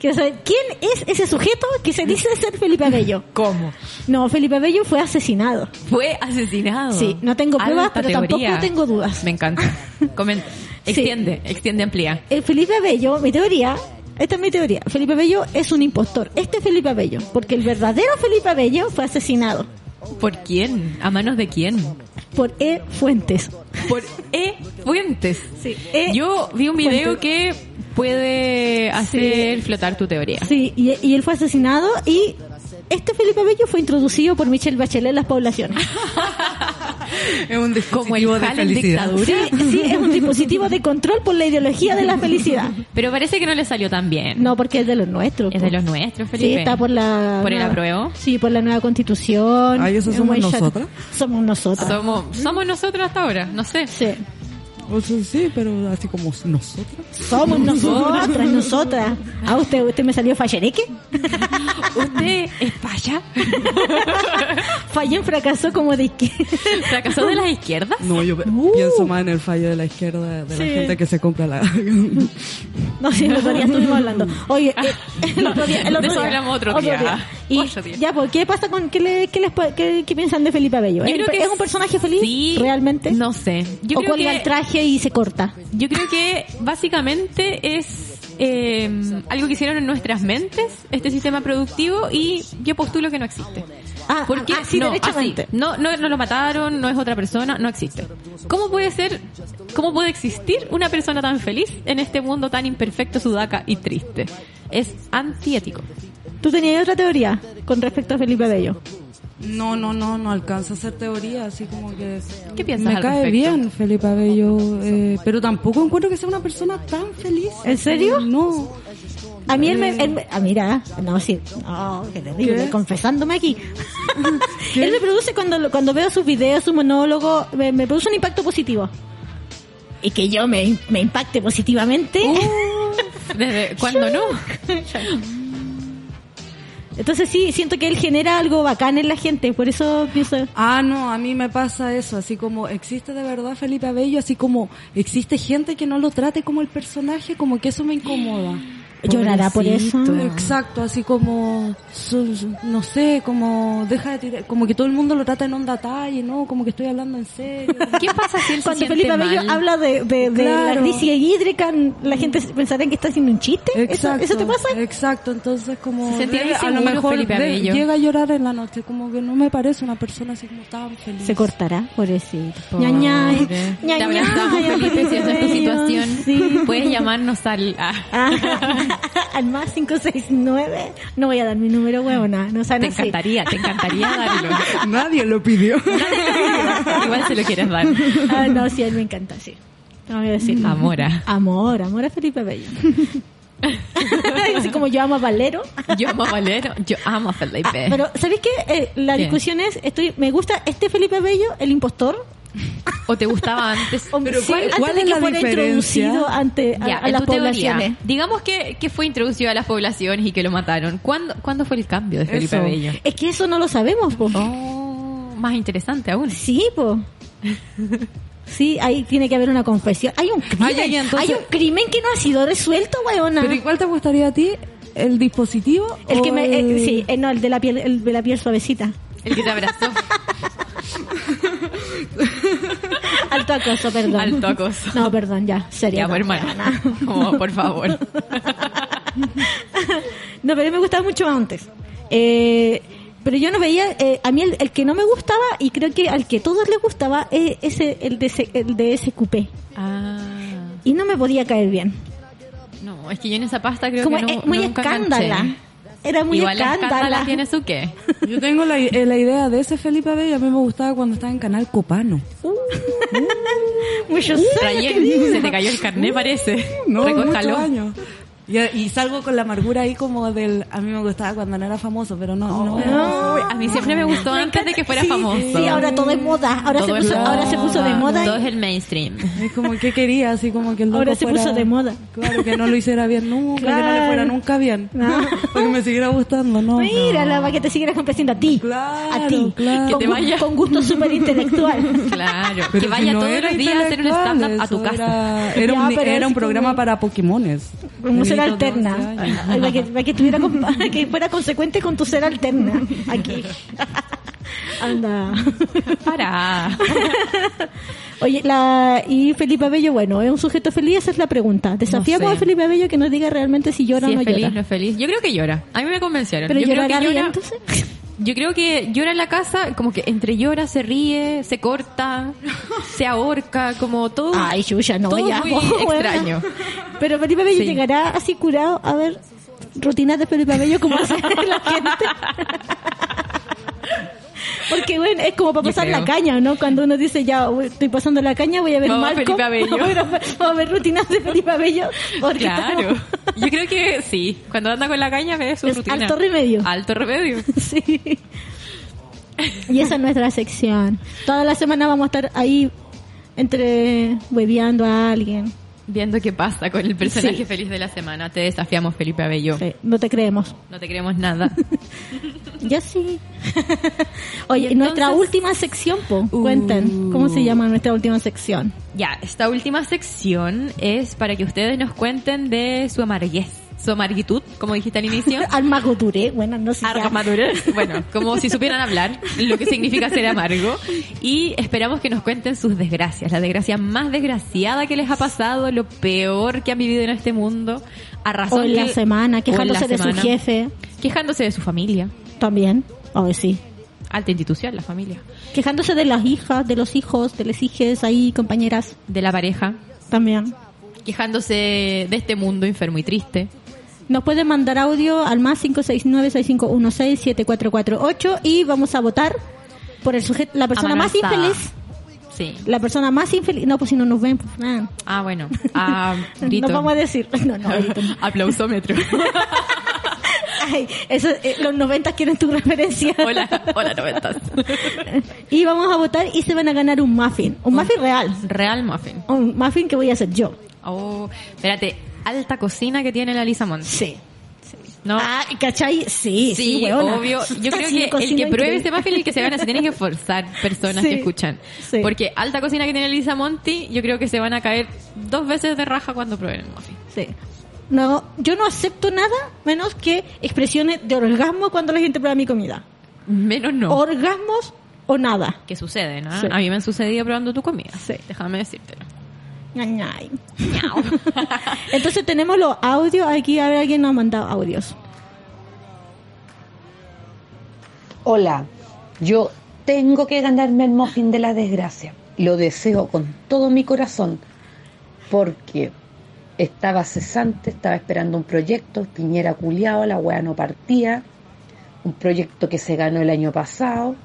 S1: Quiero saber quién es ese sujeto que se dice ser Felipe Bello.
S2: ¿Cómo?
S1: No, Felipe Bello fue asesinado.
S2: Fue asesinado.
S1: Sí, no tengo pruebas,
S2: Alta
S1: pero tampoco tengo dudas.
S2: Me encanta. Comenta.
S1: Sí.
S2: Extiende, extiende, amplía.
S1: El Eh, Felipe Bello, mi teoría, esta es mi teoría. Felipe Bello es un impostor. Este Felipe Bello, porque el verdadero Felipe Bello fue asesinado
S2: ¿Por quién? ¿A manos de quién?
S1: por E. Fuentes.
S2: Por E. Fuentes.
S1: Sí, E.
S2: Yo vi un video
S1: Fuentes.
S2: que puede hacer flotar tu teoría.
S1: Sí, y, y él fue asesinado y este Felipe Bello fue introducido por Michelle Bachelet en las poblaciones.
S3: Es un
S2: Como el
S3: de
S2: Jalen
S3: felicidad.
S2: dictadura.
S1: Sí, sí, es un dispositivo de control por la ideología de la felicidad.
S2: Pero parece que no le salió tan bien.
S1: No, porque es de los nuestros.
S2: Es de
S1: po.
S2: los nuestros, Felipe.
S1: Sí, está por la...
S2: ¿Por el
S1: nueva-
S2: apruebo?
S1: Sí, por la nueva constitución.
S3: Ay, ¿eso
S1: Es
S3: Ah, somos
S1: un buen shot.
S3: nosotras?
S1: Somos nosotras. *laughs*
S2: Somos, somos nosotros hasta ahora, no sé.
S1: Sí.
S3: O sea, sí, pero así como nosotros.
S1: Somos nosotras, nosotras. Ah, usted, usted me salió fallareque.
S2: ¿Usted es falla?
S1: Fallen fracasó como de que.
S2: ¿Fracasó de las izquierdas?
S3: No, yo pe-
S1: Uh.
S3: pienso más en el fallo de la izquierda, de la
S1: Sí.
S3: gente que se compra la...
S1: *laughs* No, sí, el otro día estuvimos hablando. Oye, eh, el otro día. El
S2: Ah. De
S1: otro
S2: eso
S1: día,
S2: hablamos otro día.
S1: Y
S2: Otro día.
S1: ya, pues, ¿qué pasa con. ¿Qué, le- qué les, pa- qué- qué piensan de Felipe Abello? ¿Es,
S2: Yo creo que
S1: es un personaje feliz?
S2: sí,
S1: ¿Realmente?
S2: No sé. Yo
S1: ¿O
S2: creo
S1: cuelga
S2: que-
S1: el traje y se corta?
S2: Yo creo que básicamente es eh, algo que hicieron en nuestras mentes, este sistema productivo, y yo postulo que no existe.
S1: Ah,
S2: Porque
S1: ah, sí,
S2: no,
S1: derechamente.
S2: así. no, no, no lo mataron, no es otra persona, no existe. ¿Cómo puede ser, cómo puede existir una persona tan feliz en este mundo tan imperfecto, sudaca y triste? Es antiético.
S1: ¿Tú tenías otra teoría con respecto a Felipe Abello?
S3: No, no, no, no alcanza a hacer teoría, así como que...
S2: ¿Qué piensas
S3: Me
S2: al
S3: cae
S2: respecto?
S3: bien Felipe Abello, eh, pero tampoco encuentro que sea una persona tan feliz.
S1: ¿En serio?
S3: Eh, No.
S1: A mí él me... él me- ah, mira, no, sí. No, qué terrible,
S3: ¿Qué?
S1: confesándome aquí. él me produce cuando, lo- cuando veo sus videos, su monólogo, me, me produce un impacto positivo. Y que yo me, me impacte positivamente.
S2: *laughs* Desde cuando no.
S1: Entonces sí, siento que él genera algo bacán en la gente, por eso pienso...
S3: Ah, no, a mí me pasa eso, así como existe de verdad Felipe Abello, así como existe gente que no lo trate como el personaje, como que eso me incomoda.
S1: Ah. Llorará por eso.
S3: Exacto, así como, su- su- no sé, como deja de tirar- como que todo el mundo lo trata en onda talla, ¿no? Como que estoy hablando en serio.
S2: ¿Qué pasa si él se
S1: Cuando
S2: siente
S1: Felipe Abello
S2: mal?
S1: habla de, de- de la
S3: Claro.
S1: crisis hídrica, la gente pensará que está haciendo un chiste. *laughs* ¿Eso,
S3: Exacto.
S1: ¿Eso te pasa?
S3: Exacto, entonces como
S2: Se sentía
S3: debe- a lo
S2: inseguro
S3: mejor
S2: Felipe
S3: de-
S2: Abello.
S3: llega a llorar en la noche, como que no me parece una persona así como tan feliz.
S1: Se cortará, pobrecito.
S2: Pobre.
S1: Ñañay.
S2: Te abrazamos, Felipe, si esa es tu situación. Pues- Puedes llamarnos al... ah,
S1: Ah, *laughs* al más 569. No voy a dar mi número, huevona. No
S2: te
S1: saben así.
S2: encantaría, te encantaría darlo.
S3: *laughs* Nadie lo
S2: *laughs*
S3: pidió.
S2: Igual se lo quieres *laughs* dar.
S1: Ah, no, sí, a él me encanta, sí. No voy a decir.
S2: Amora.
S1: Amor, amor a Felipe
S2: *laughs*
S1: Bello. Así como yo amo a Valero.
S2: Yo amo a Valero, yo amo a Felipe.
S1: Ah, pero, ¿sabéis qué? Eh, la
S2: ¿Qué?
S1: discusión es, estoy, me gusta este Felipe Bello, el impostor.
S2: ¿O te gustaba antes?
S1: *laughs* O-
S3: Pero,
S1: sí,
S3: ¿cuál-
S1: antes
S3: cuál
S1: de
S3: es
S1: que
S3: la
S1: fuera
S3: diferencia?
S1: introducido ante, a,
S2: Ya,
S1: a
S2: en
S1: las
S2: tu teoría,
S1: poblaciones.
S2: digamos que, que fue introducido a las poblaciones y que lo mataron. ¿Cuándo, ¿cuándo fue el cambio de Felipe
S3: Eso.
S2: Bello?
S1: Es que eso no lo sabemos, po.
S2: Oh, más interesante aún.
S1: Sí, po. Sí, ahí tiene que haber una confesión. Hay un crimen.
S3: Ay, ay, entonces-
S1: Hay un crimen que no ha sido resuelto, weona.
S3: Pero ¿y cuál te gustaría a ti? ¿El dispositivo?
S1: El que
S3: o
S1: me,
S3: el-
S2: oh.
S1: eh, sí, eh, no, el de la piel, el de la piel
S2: *laughs*
S1: suavecita.
S2: El que te abrazó.
S1: Alto acoso, perdón.
S2: Alto acoso.
S1: No, perdón, ya, *laughs* sería.
S2: Ya, pues, hermana. Como,
S1: *laughs*
S2: por favor.
S1: No, pero me gustaba mucho antes. Eh, pero yo no veía, eh, a mí el, el que no me gustaba, y creo que al que a todos les gustaba, es ese, el de, ese- el de ese coupé.
S2: Ah,
S1: Y no me podía caer bien.
S2: no, es que yo en esa pasta creo
S1: Como
S2: que no,
S1: es muy
S2: nunca
S1: escándala.
S2: enganché.
S1: Era muy
S2: Igual la
S1: escándala.
S2: escándala tiene su qué.
S1: *laughs*
S3: Yo tengo la, eh, la idea de ese Felipe Abello. A mí me gustaba cuando estaba en Canal Copano.
S1: Muchos años
S2: Trayer,
S1: que vino.
S2: se te cayó el carné parece.
S3: No,
S2: Recójalo.
S3: muchos años. Y, y salgo con la amargura ahí como del... A mí me gustaba cuando no era famoso, pero no... no,
S1: No.
S2: Uy, A mí siempre me
S1: *laughs*
S2: gustó
S1: Me
S2: antes de
S1: encanta.
S2: que fuera
S1: Sí,
S2: famoso.
S1: Sí, ahora todo es moda. Ahora, se
S2: Todo es
S1: puso,
S2: moda.
S1: ahora se puso de moda.
S2: Todo
S1: y-
S2: es
S1: *laughs*
S2: el mainstream.
S3: Es como que quería, así como que el loco
S1: Ahora se
S3: fuera-
S1: puso de moda.
S3: Claro, que no lo hiciera bien nunca, que no le fuera
S1: Claro.
S3: nunca bien. *laughs*
S1: No.
S3: Porque me siguiera gustando, ¿no?
S1: Mira, la va que te siguieras complaciendo a ti.
S3: Claro,
S1: a ti.
S3: claro.
S1: Con,
S2: Que te vaya.
S1: con gusto súper
S2: *laughs*
S1: intelectual.
S2: Claro.
S3: Pero
S2: que
S3: si
S2: vaya
S3: no
S2: todos
S3: era
S2: los días a hacer un
S3: intelectual,
S2: stand-up a tu
S3: eso
S2: casa.
S3: Era, era un,
S1: Ya, pero
S3: era un
S1: así
S3: programa
S1: como-
S3: para Pokémones.
S1: Como ser
S3: Niñitos de este
S1: alterna. *laughs*
S3: 11 años.
S1: Para que, para que, tuviera con- *laughs* que fuera consecuente con tu ser alterna.
S2: *laughs*
S1: Aquí. Anda.
S2: Para.
S1: *laughs* Oye, la, y Felipe Bello, bueno, es un sujeto feliz, esa es la pregunta. Desafiamos
S2: sé.
S1: a Felipe Bello que nos diga realmente si llora
S2: si
S1: o no
S2: es feliz,
S1: llora.
S2: no es feliz. Yo creo que llora. A mí me convencieron.
S1: Pero
S2: yo creo
S1: llorará
S2: que
S1: bien,
S2: llora.
S1: entonces.
S2: *laughs* Yo creo que llora en la casa, como que entre llora, se ríe, se
S1: *laughs*
S2: corta, se ahorca, como todo.
S1: Ay, chucha, no,
S2: todo
S1: ya. *laughs*
S2: muy
S1: po, weona.
S2: extraño.
S1: Pero Felipe Bello
S2: Sí.
S1: llegará así curado a ver rutinas de Felipe Bello como
S2: *laughs*
S1: hace la gente. Porque bueno, es como para
S2: Yo
S1: pasar
S2: creo.
S1: la caña, ¿no? Cuando uno dice, ya uy, estoy pasando la caña, voy a ver
S2: Vamos a
S1: Malcolm, *laughs*
S2: Felipe Abello.
S1: Vamos, a ver, vamos a ver rutinas de Felipe Bello. Porque
S2: Claro.
S1: estamos-
S2: Yo creo que sí. Cuando anda con la caña ve su
S1: Es
S2: rutina.
S1: alto remedio.
S2: Alto remedio.
S1: *laughs* Sí. Y esa es nuestra sección. Toda la semana vamos a estar ahí entre hueveando a alguien.
S2: Viendo qué pasa con el personaje
S1: Sí.
S2: feliz de la semana. Te desafiamos, Felipe Abello.
S1: Sí, no te creemos.
S2: No te creemos nada.
S1: Yo sí. Oye,
S2: Y
S1: nuestra
S2: entonces-
S1: última sección, po.
S2: Uh.
S1: Cuenten, ¿cómo se llama nuestra última sección?
S2: *laughs* ya, esta última sección es para que ustedes nos cuenten de su amarguez, su amarguitud, como dijiste al *laughs* inicio.
S1: Armagodure, bueno, no sé. si-
S2: Argos maduros. Bueno, como si supieran hablar, lo que significa ser amargo. Y esperamos que nos cuenten sus desgracias, la desgracia más desgraciada que les ha pasado, lo peor que han vivido en este mundo, a razón
S1: O en la
S2: que-
S1: semana,
S2: o en
S1: quejándose
S2: la
S1: de su
S2: semana.
S1: jefe,
S2: Quejándose de su familia,
S1: también. Oye, sí.
S2: alta institución, la familia,
S1: Quejándose de las hijas, de los hijos, de las hijes, ahí, compañeras,
S2: de la pareja,
S1: también.
S2: quejándose de este mundo enfermo y triste.
S1: Nos pueden mandar audio al más 569-6516-7448 y vamos a votar por el sujeto, la persona más
S2: Amenazada.
S1: infeliz.
S2: Sí.
S1: La persona más infeliz. No, pues si no nos ven, pues nada.
S2: Ah, bueno. Ah,
S1: *laughs*
S2: grito.
S1: Nos vamos a decir. *laughs* No, no, grito no.
S2: *laughs*
S1: *laughs*
S2: Aplausómetro.
S1: Ay, eso, eh, los 90 quieren tu *laughs* referencia.
S2: hola, hola, noventas.
S1: *laughs* Y vamos a votar y se van a ganar un muffin. Un muffin real.
S2: Real Muffin.
S1: Un muffin que voy a hacer yo.
S2: Oh, espérate, alta cocina que tiene la Lisa Montes.
S1: Sí.
S2: No.
S1: Ah, ¿cachai? Sí, sí, weona.
S2: obvio.
S1: *laughs*
S2: Yo creo
S1: Sí,
S2: que el que
S1: cocino
S2: pruebe
S1: increíble.
S2: ese muffin es el que se gana.
S1: *laughs*
S2: Se tienen que forzar personas
S1: Sí,
S2: que escuchan.
S1: sí.
S2: Porque alta cocina que tiene la Lisa Monti, yo creo que se van a caer dos veces de raja cuando prueben el muffin.
S1: Sí. No, yo no acepto nada menos que expresiones de orgasmo cuando la gente prueba mi comida.
S2: Menos no.
S1: Orgasmos o nada.
S2: que sucede, ¿no?
S1: Sí.
S2: A mí me han sucedido probando tu comida.
S1: Sí.
S2: Déjame decírtelo.
S1: Ñay, ñay.
S2: *laughs*
S1: Entonces tenemos los audios aquí. A ver, alguien nos ha mandado audios.
S5: Hola, yo tengo que ganarme el muffin de la desgracia. Lo deseo con todo mi corazón porque estaba cesante, estaba esperando un proyecto, Piñera culiado, la wea no partía, un proyecto que se ganó el año pasado.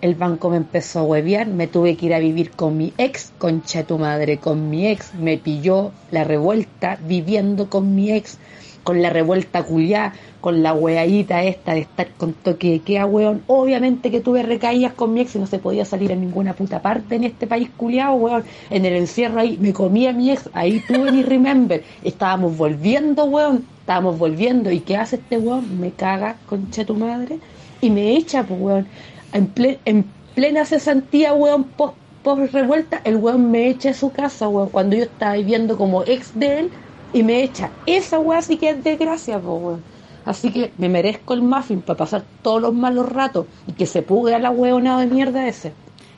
S5: El banco me empezó a huevear, me tuve que ir a vivir con mi ex, concha de tu madre, con mi ex, me pilló la revuelta viviendo con mi ex, con la revuelta culiá, con la hueadita esta de estar con toque de queda, weón. Obviamente que tuve recaídas con mi ex y no se podía salir a ninguna puta parte en este país culiado, weón. En el encierro ahí me comía a mi ex, ahí tuve mi remember. Estábamos volviendo, weón, estábamos volviendo. ¿Y qué hace este weón? Me caga, concha de tu madre, y me echa, pues, weón en, ple- en plena cesantía, weón, post, post revuelta, el weón me echa de su casa, weón, cuando yo estaba viviendo como ex de él y me echa. Esa weón sí que es desgracia, po, weón. Así que me merezco el muffin para pasar todos los malos ratos y que se pudra la weonada de mierda ese.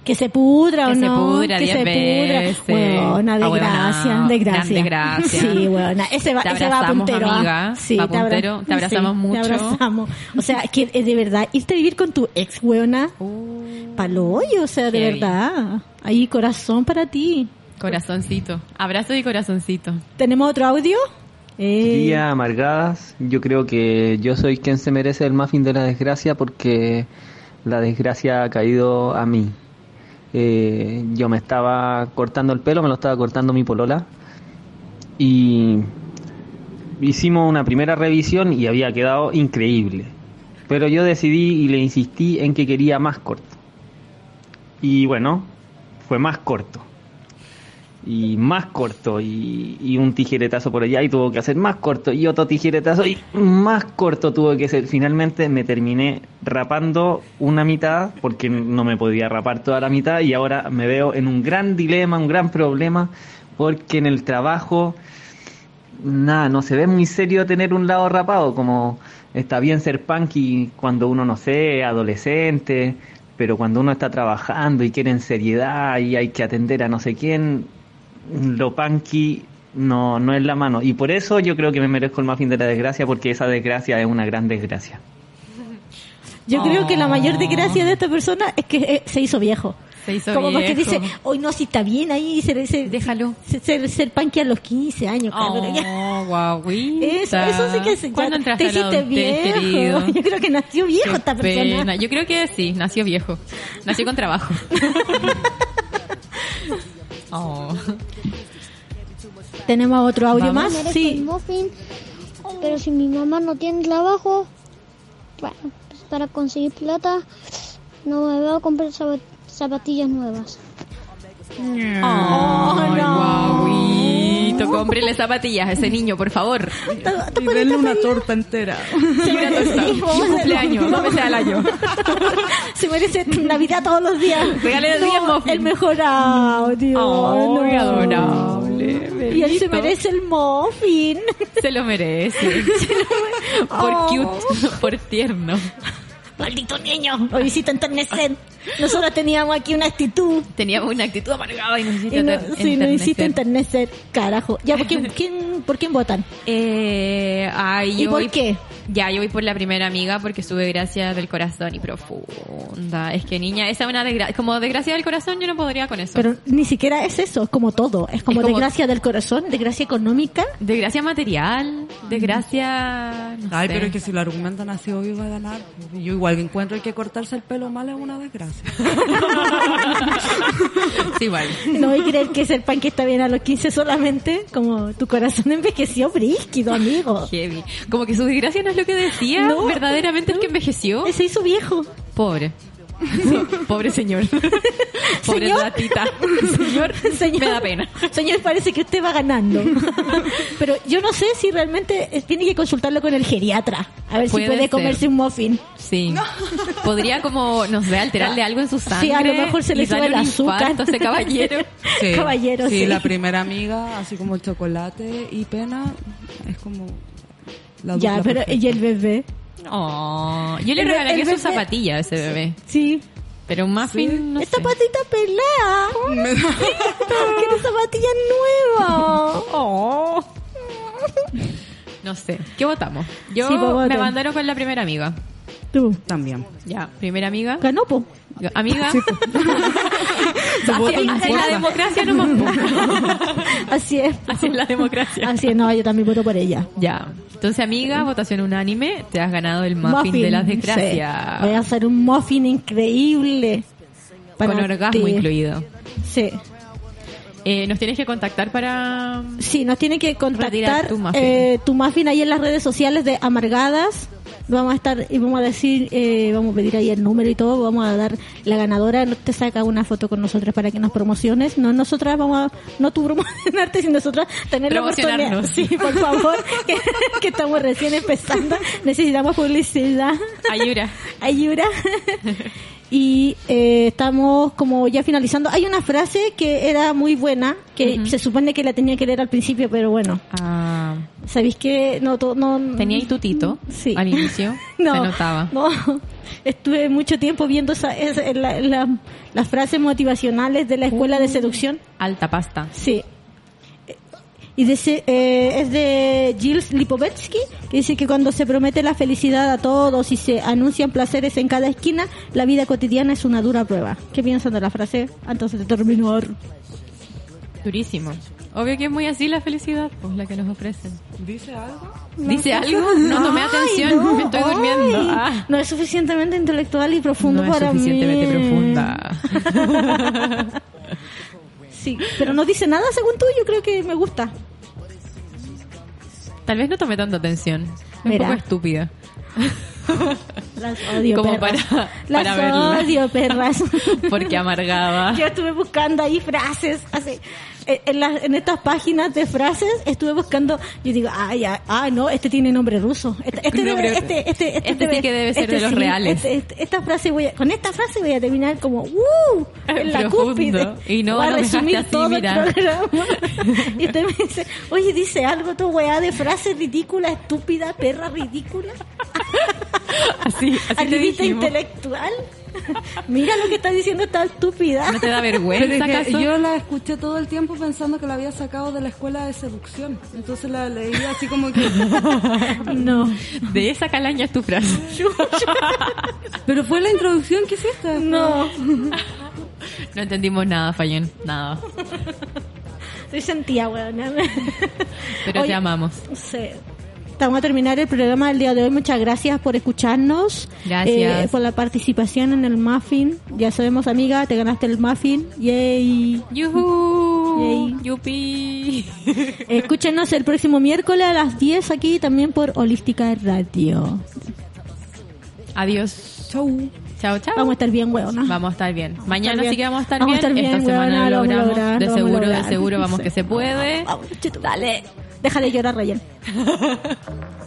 S1: Que se pudra o
S2: Que se
S1: no.
S2: pudra
S1: que
S2: diez
S1: se
S2: veces.
S1: pudra. Huevona, de
S2: Ah, huevona,
S1: gracia, de gracia.
S2: grande gracia.
S1: Sí, huevona. Ese va,
S2: Te
S1: ese va a
S2: abrazamos,
S1: puntero. ¿ah?
S2: amiga.
S1: Sí,
S2: Va
S1: te abra-
S2: puntero. Te abrazamos
S1: sí,
S2: mucho.
S1: Te abrazamos. O sea, es que eh, de verdad, irte a vivir con tu ex, huevona, palo hoyo, o sea, de
S2: Heavy.
S1: verdad. Ahí corazón para ti.
S2: Corazoncito. Abrazo y corazoncito.
S1: ¿Tenemos otro audio? Eh,
S6: Día amargadas, yo creo que yo soy quien se merece el muffin de la desgracia porque la desgracia ha caído a mí. Eh, yo me estaba cortando el pelo, me lo estaba cortando mi polola y hicimos una primera revisión y había quedado increíble. Pero yo decidí y le insistí en que quería más corto. Y bueno, fue más corto y más corto y, y un tijeretazo por allá y tuvo que hacer más corto y otro tijeretazo y más corto tuvo que ser. Finalmente me terminé rapando una mitad porque no me podía rapar toda la mitad y ahora me veo en un gran dilema, un gran problema porque en el trabajo nada, no se ve muy serio tener un lado rapado, como está bien ser punky cuando uno, no sé, adolescente, pero cuando uno está trabajando y quiere en seriedad y hay que atender a no sé quién, lo punky no, no es la mano. Y por eso yo creo que me merezco el muffin de la desgracia, porque esa desgracia es una gran desgracia.
S1: Yo creo que la mayor desgracia de esta persona es que eh, se hizo viejo.
S2: Ah. Se hizo
S1: Como porque
S2: viejo.
S1: dice, hoy no, si está bien ahí, se, se,
S2: Déjalo.
S1: se- Ser, ser panqui a los 15 años, cabrón.
S2: Oh, guauita.
S1: Eso, eso sí que es. ya
S2: ¿Cuándo entraste
S1: Te
S2: a la
S1: hiciste
S2: adultez,
S1: viejo.
S2: querido?
S1: *laughs* Yo creo que nació viejo
S2: Qué
S1: esta
S2: pena.
S1: persona.
S2: Yo creo que sí, nació viejo. Nació
S1: *laughs*
S2: con trabajo. Oh.
S1: Tenemos otro audio
S2: Vamos.
S1: más.
S7: merezco el
S1: Sí.
S7: muffin, pero si mi mamá no tiene trabajo, bueno, pues para conseguir plata, no me va a comprar zapa- zapatillas nuevas.
S2: Ay,
S1: Oh, no.
S2: guauito, cómprele zapatillas a ese niño, por favor.
S8: Y denle una torta entera.
S2: Sí, una torta. Y un cumpleaños, dos veces al año.
S1: *laughs* Se merece Navidad todos los días.
S2: Regale el
S1: No,
S2: diezmo.
S1: El mejorado, Dios.
S2: Ay,
S1: no.
S2: Oh, adorable.
S1: Y él se
S2: Benito.
S1: merece el muffin.
S2: Se
S1: *laughs*
S2: lo merece. por
S1: Oh.
S2: cute, por tierno.
S1: *laughs* Maldito niño. Hoy sí te enternecen. Nosotros teníamos aquí una actitud.
S2: Teníamos una actitud amargada y nos hiciste
S1: Y no,
S2: enter-
S1: sí, no hiciste
S2: enternecer.
S1: enternecer, carajo. Ya, ¿por *laughs* quién, quién- por quién votan?
S2: Eh, ay,
S1: ¿Y
S2: yo
S1: por
S2: voy-
S1: qué?
S2: Ya, yo voy por la primera amiga porque sube gracias del corazón y profunda. Es que niña, esa es una desgracia. Como desgracia del corazón, yo no podría con eso.
S1: Pero ni siquiera es eso, es como todo. Es como,
S2: Es como-
S1: desgracia del corazón, desgracia económica.
S2: desgracia material, desgracia. no
S8: Ay,
S2: sé.
S8: pero es que si lo argumentan así, obvio va a ganar. Yo igual encuentro que cortarse el pelo mal es una
S2: *laughs*
S8: desgracia.
S2: *laughs* Sí, igual.
S1: No, y creer que es el pan que está bien a los 15 solamente, como tu corazón envejeció brígido, amigo.
S2: Heavy. Como que su desgracia no es lo que decía.
S1: No,
S2: verdaderamente es que envejeció.
S1: Se hizo viejo.
S2: Pobre. Pobre señor. Pobre
S1: Señor.
S2: tatita. Señor,
S1: *laughs* Señor,
S2: me da pena.
S1: Señor, parece que usted va
S2: *laughs*
S1: ganando. Pero yo no sé si realmente eh, tiene que consultarlo con el geriatra. A ver
S2: Puede
S1: si puede
S2: ser.
S1: comerse un muffin.
S2: Sí. Podría como, no sé, alterarle algo en su sangre.
S1: Sí, a lo mejor se le
S2: y
S1: sube
S2: darle
S1: el
S2: un
S1: azúcar.
S2: infarto a
S1: *laughs*
S2: ese caballero.
S8: Sí.
S1: Caballero, sí.
S8: la primera amiga, así como el chocolate y pena, es como la
S1: Ya,
S8: dupla
S1: pero
S8: perfecta.
S1: y el bebé.
S2: Oh, yo le
S1: El be-
S2: regalaría
S1: el
S2: su
S1: bebé-
S2: zapatilla a ese bebé.
S1: Sí.
S2: Pero un muffin, no
S1: Esta
S2: sé.
S1: patita pelada. *laughs* Quiero zapatillas nuevas.
S2: Oh. No sé. ¿Qué votamos? Yo
S1: Sí, vos
S2: me
S1: voten.
S2: mandaron con la primera amiga.
S1: Tú.
S8: También.
S2: Ya, primera amiga.
S1: Ganó, po. *laughs*
S2: Amiga.
S1: pues.
S2: *laughs* Así- así es la democracia *laughs* no más.
S1: Así es.
S2: Así es la democracia.
S1: Así es, no, yo también voto por ella.
S2: Ya. Entonces, amiga, votación unánime, te has ganado el muffin, de las desgracias.
S1: sí. Voy a hacer un muffin increíble. para
S2: Con orgasmo
S1: ti.
S2: incluido.
S1: Sí.
S2: Eh, nos tienes que contactar para... *laughs*
S1: Sí, nos tiene que contactar
S2: Retirar tu muffin.
S1: eh, tu muffin ahí en las redes sociales de Amargadas. Vamos a estar y vamos a decir, eh, vamos a pedir ahí el número y todo. Vamos a dar la ganadora. No te saca una foto con nosotras para que nos promociones. No nosotras vamos a, no tú promocionarte, sino nosotras tener la oportunidad.
S2: Promocionarnos.
S1: Sí, por favor, que, que estamos recién empezando. Necesitamos publicidad.
S2: Ayura. *laughs*
S1: Ayura. Y eh, estamos como ya finalizando. Hay una frase que era muy buena, que se supone que la tenía que leer al principio, pero bueno,
S2: Ah,
S1: ¿sabéis que no, to- no
S2: tenía ahí tu tito
S1: Sí.
S2: al *laughs* inicio.
S1: *laughs* No,
S2: Se notaba.
S1: no. Estuve mucho tiempo viendo esa- esa- la- la- las frases motivacionales de la escuela
S2: Uh.
S1: de seducción.
S2: Alta pasta.
S1: Sí. Eh, Y dice, eh, es de Gilles Lipovetsky, que dice que cuando se promete la felicidad a todos y se anuncian placeres en cada esquina, la vida cotidiana es una dura prueba. ¿Qué piensan de la frase? Antes de terminar.
S2: Durísimo. Obvio que es muy así la felicidad, pues la que nos ofrecen.
S8: ¿Dice algo?
S2: ¿Dice *laughs* algo? No tomé atención, me estoy
S1: Ay,
S2: durmiendo. Ah.
S1: No es suficientemente intelectual y profundo
S2: no es
S1: para mí.
S2: suficientemente profunda. *laughs*
S1: Sí, pero no dice nada según tú, yo creo que me gusta.
S2: Tal vez no tomé tanta atención. Es un
S1: Mira.
S2: poco estúpida.
S1: Las odio,
S2: Como
S1: perras.
S2: para-
S1: Las
S2: para verla.
S1: odio, perras.
S2: *laughs* Porque amargaba.
S1: Yo estuve buscando ahí frases, así, eh, en, las- en estas páginas de frases estuve buscando, yo digo, ah, ya, ah, no, este tiene nombre ruso. Este, este debe-
S2: Nombre-
S1: este, este, este
S2: Este sí que debe ser de los reales.
S1: este- este- esta frase voy a- con esta frase voy a terminar como, ¡uh! En la
S2: Ah, Profundo.
S1: cúspide.
S2: Y no
S1: Voy a
S2: lo dejaste
S1: resumir
S2: así,
S1: todo
S2: mira.
S1: el
S2: *laughs*
S1: programa. y usted me dice, oye, dice algo tu weá de frases ridículas, estúpida, perra ridícula,
S2: Así, así te
S1: alivista
S2: dijimos.
S1: intelectual. *laughs* Mira lo que está diciendo esta estúpida.
S2: ¿No te da
S8: Pero es
S2: vergüenza
S8: que
S2: acaso?
S8: yo la escuché todo el tiempo pensando que la había sacado de la escuela de seducción. Entonces la leía así como que...
S1: *laughs* No.
S2: De esa calaña es tu frase.
S8: Pero fue la introducción que hiciste.
S1: No,
S2: No entendimos nada, Fallón. Nada.
S1: soy sentía, weón. *laughs*
S2: Pero
S1: Oye,
S2: te amamos.
S1: Sí. Vamos a terminar el programa del día de hoy. Muchas gracias por escucharnos.
S2: Gracias.
S1: eh, por la participación en el muffin. Ya sabemos, amiga, te ganaste el muffin. Yay.
S2: ¡Yuhu!
S1: Yay.
S2: ¡Yupi!
S1: Escúchenos el próximo miércoles a las 10 aquí también por Holística Radio.
S2: Adiós.
S8: Chau.
S2: Chau. Chao, chao.
S1: Vamos a estar bien, huevona.
S2: Vamos a estar bien.
S1: Vamos a
S2: Mañana
S1: estar bien.
S2: sí que vamos a estar
S1: Vamos a
S2: bien.
S1: estar bien,
S2: Esta
S1: weona,
S2: semana
S1: lo
S2: lo
S1: vamos a
S2: logramos.
S1: lograr,
S2: de
S1: lo vamos a
S2: seguro, de
S1: lograr.
S2: seguro, vamos
S1: Sí.
S2: que se puede.
S1: Vamos, chetu, dale. Deja de llorar, Ryan.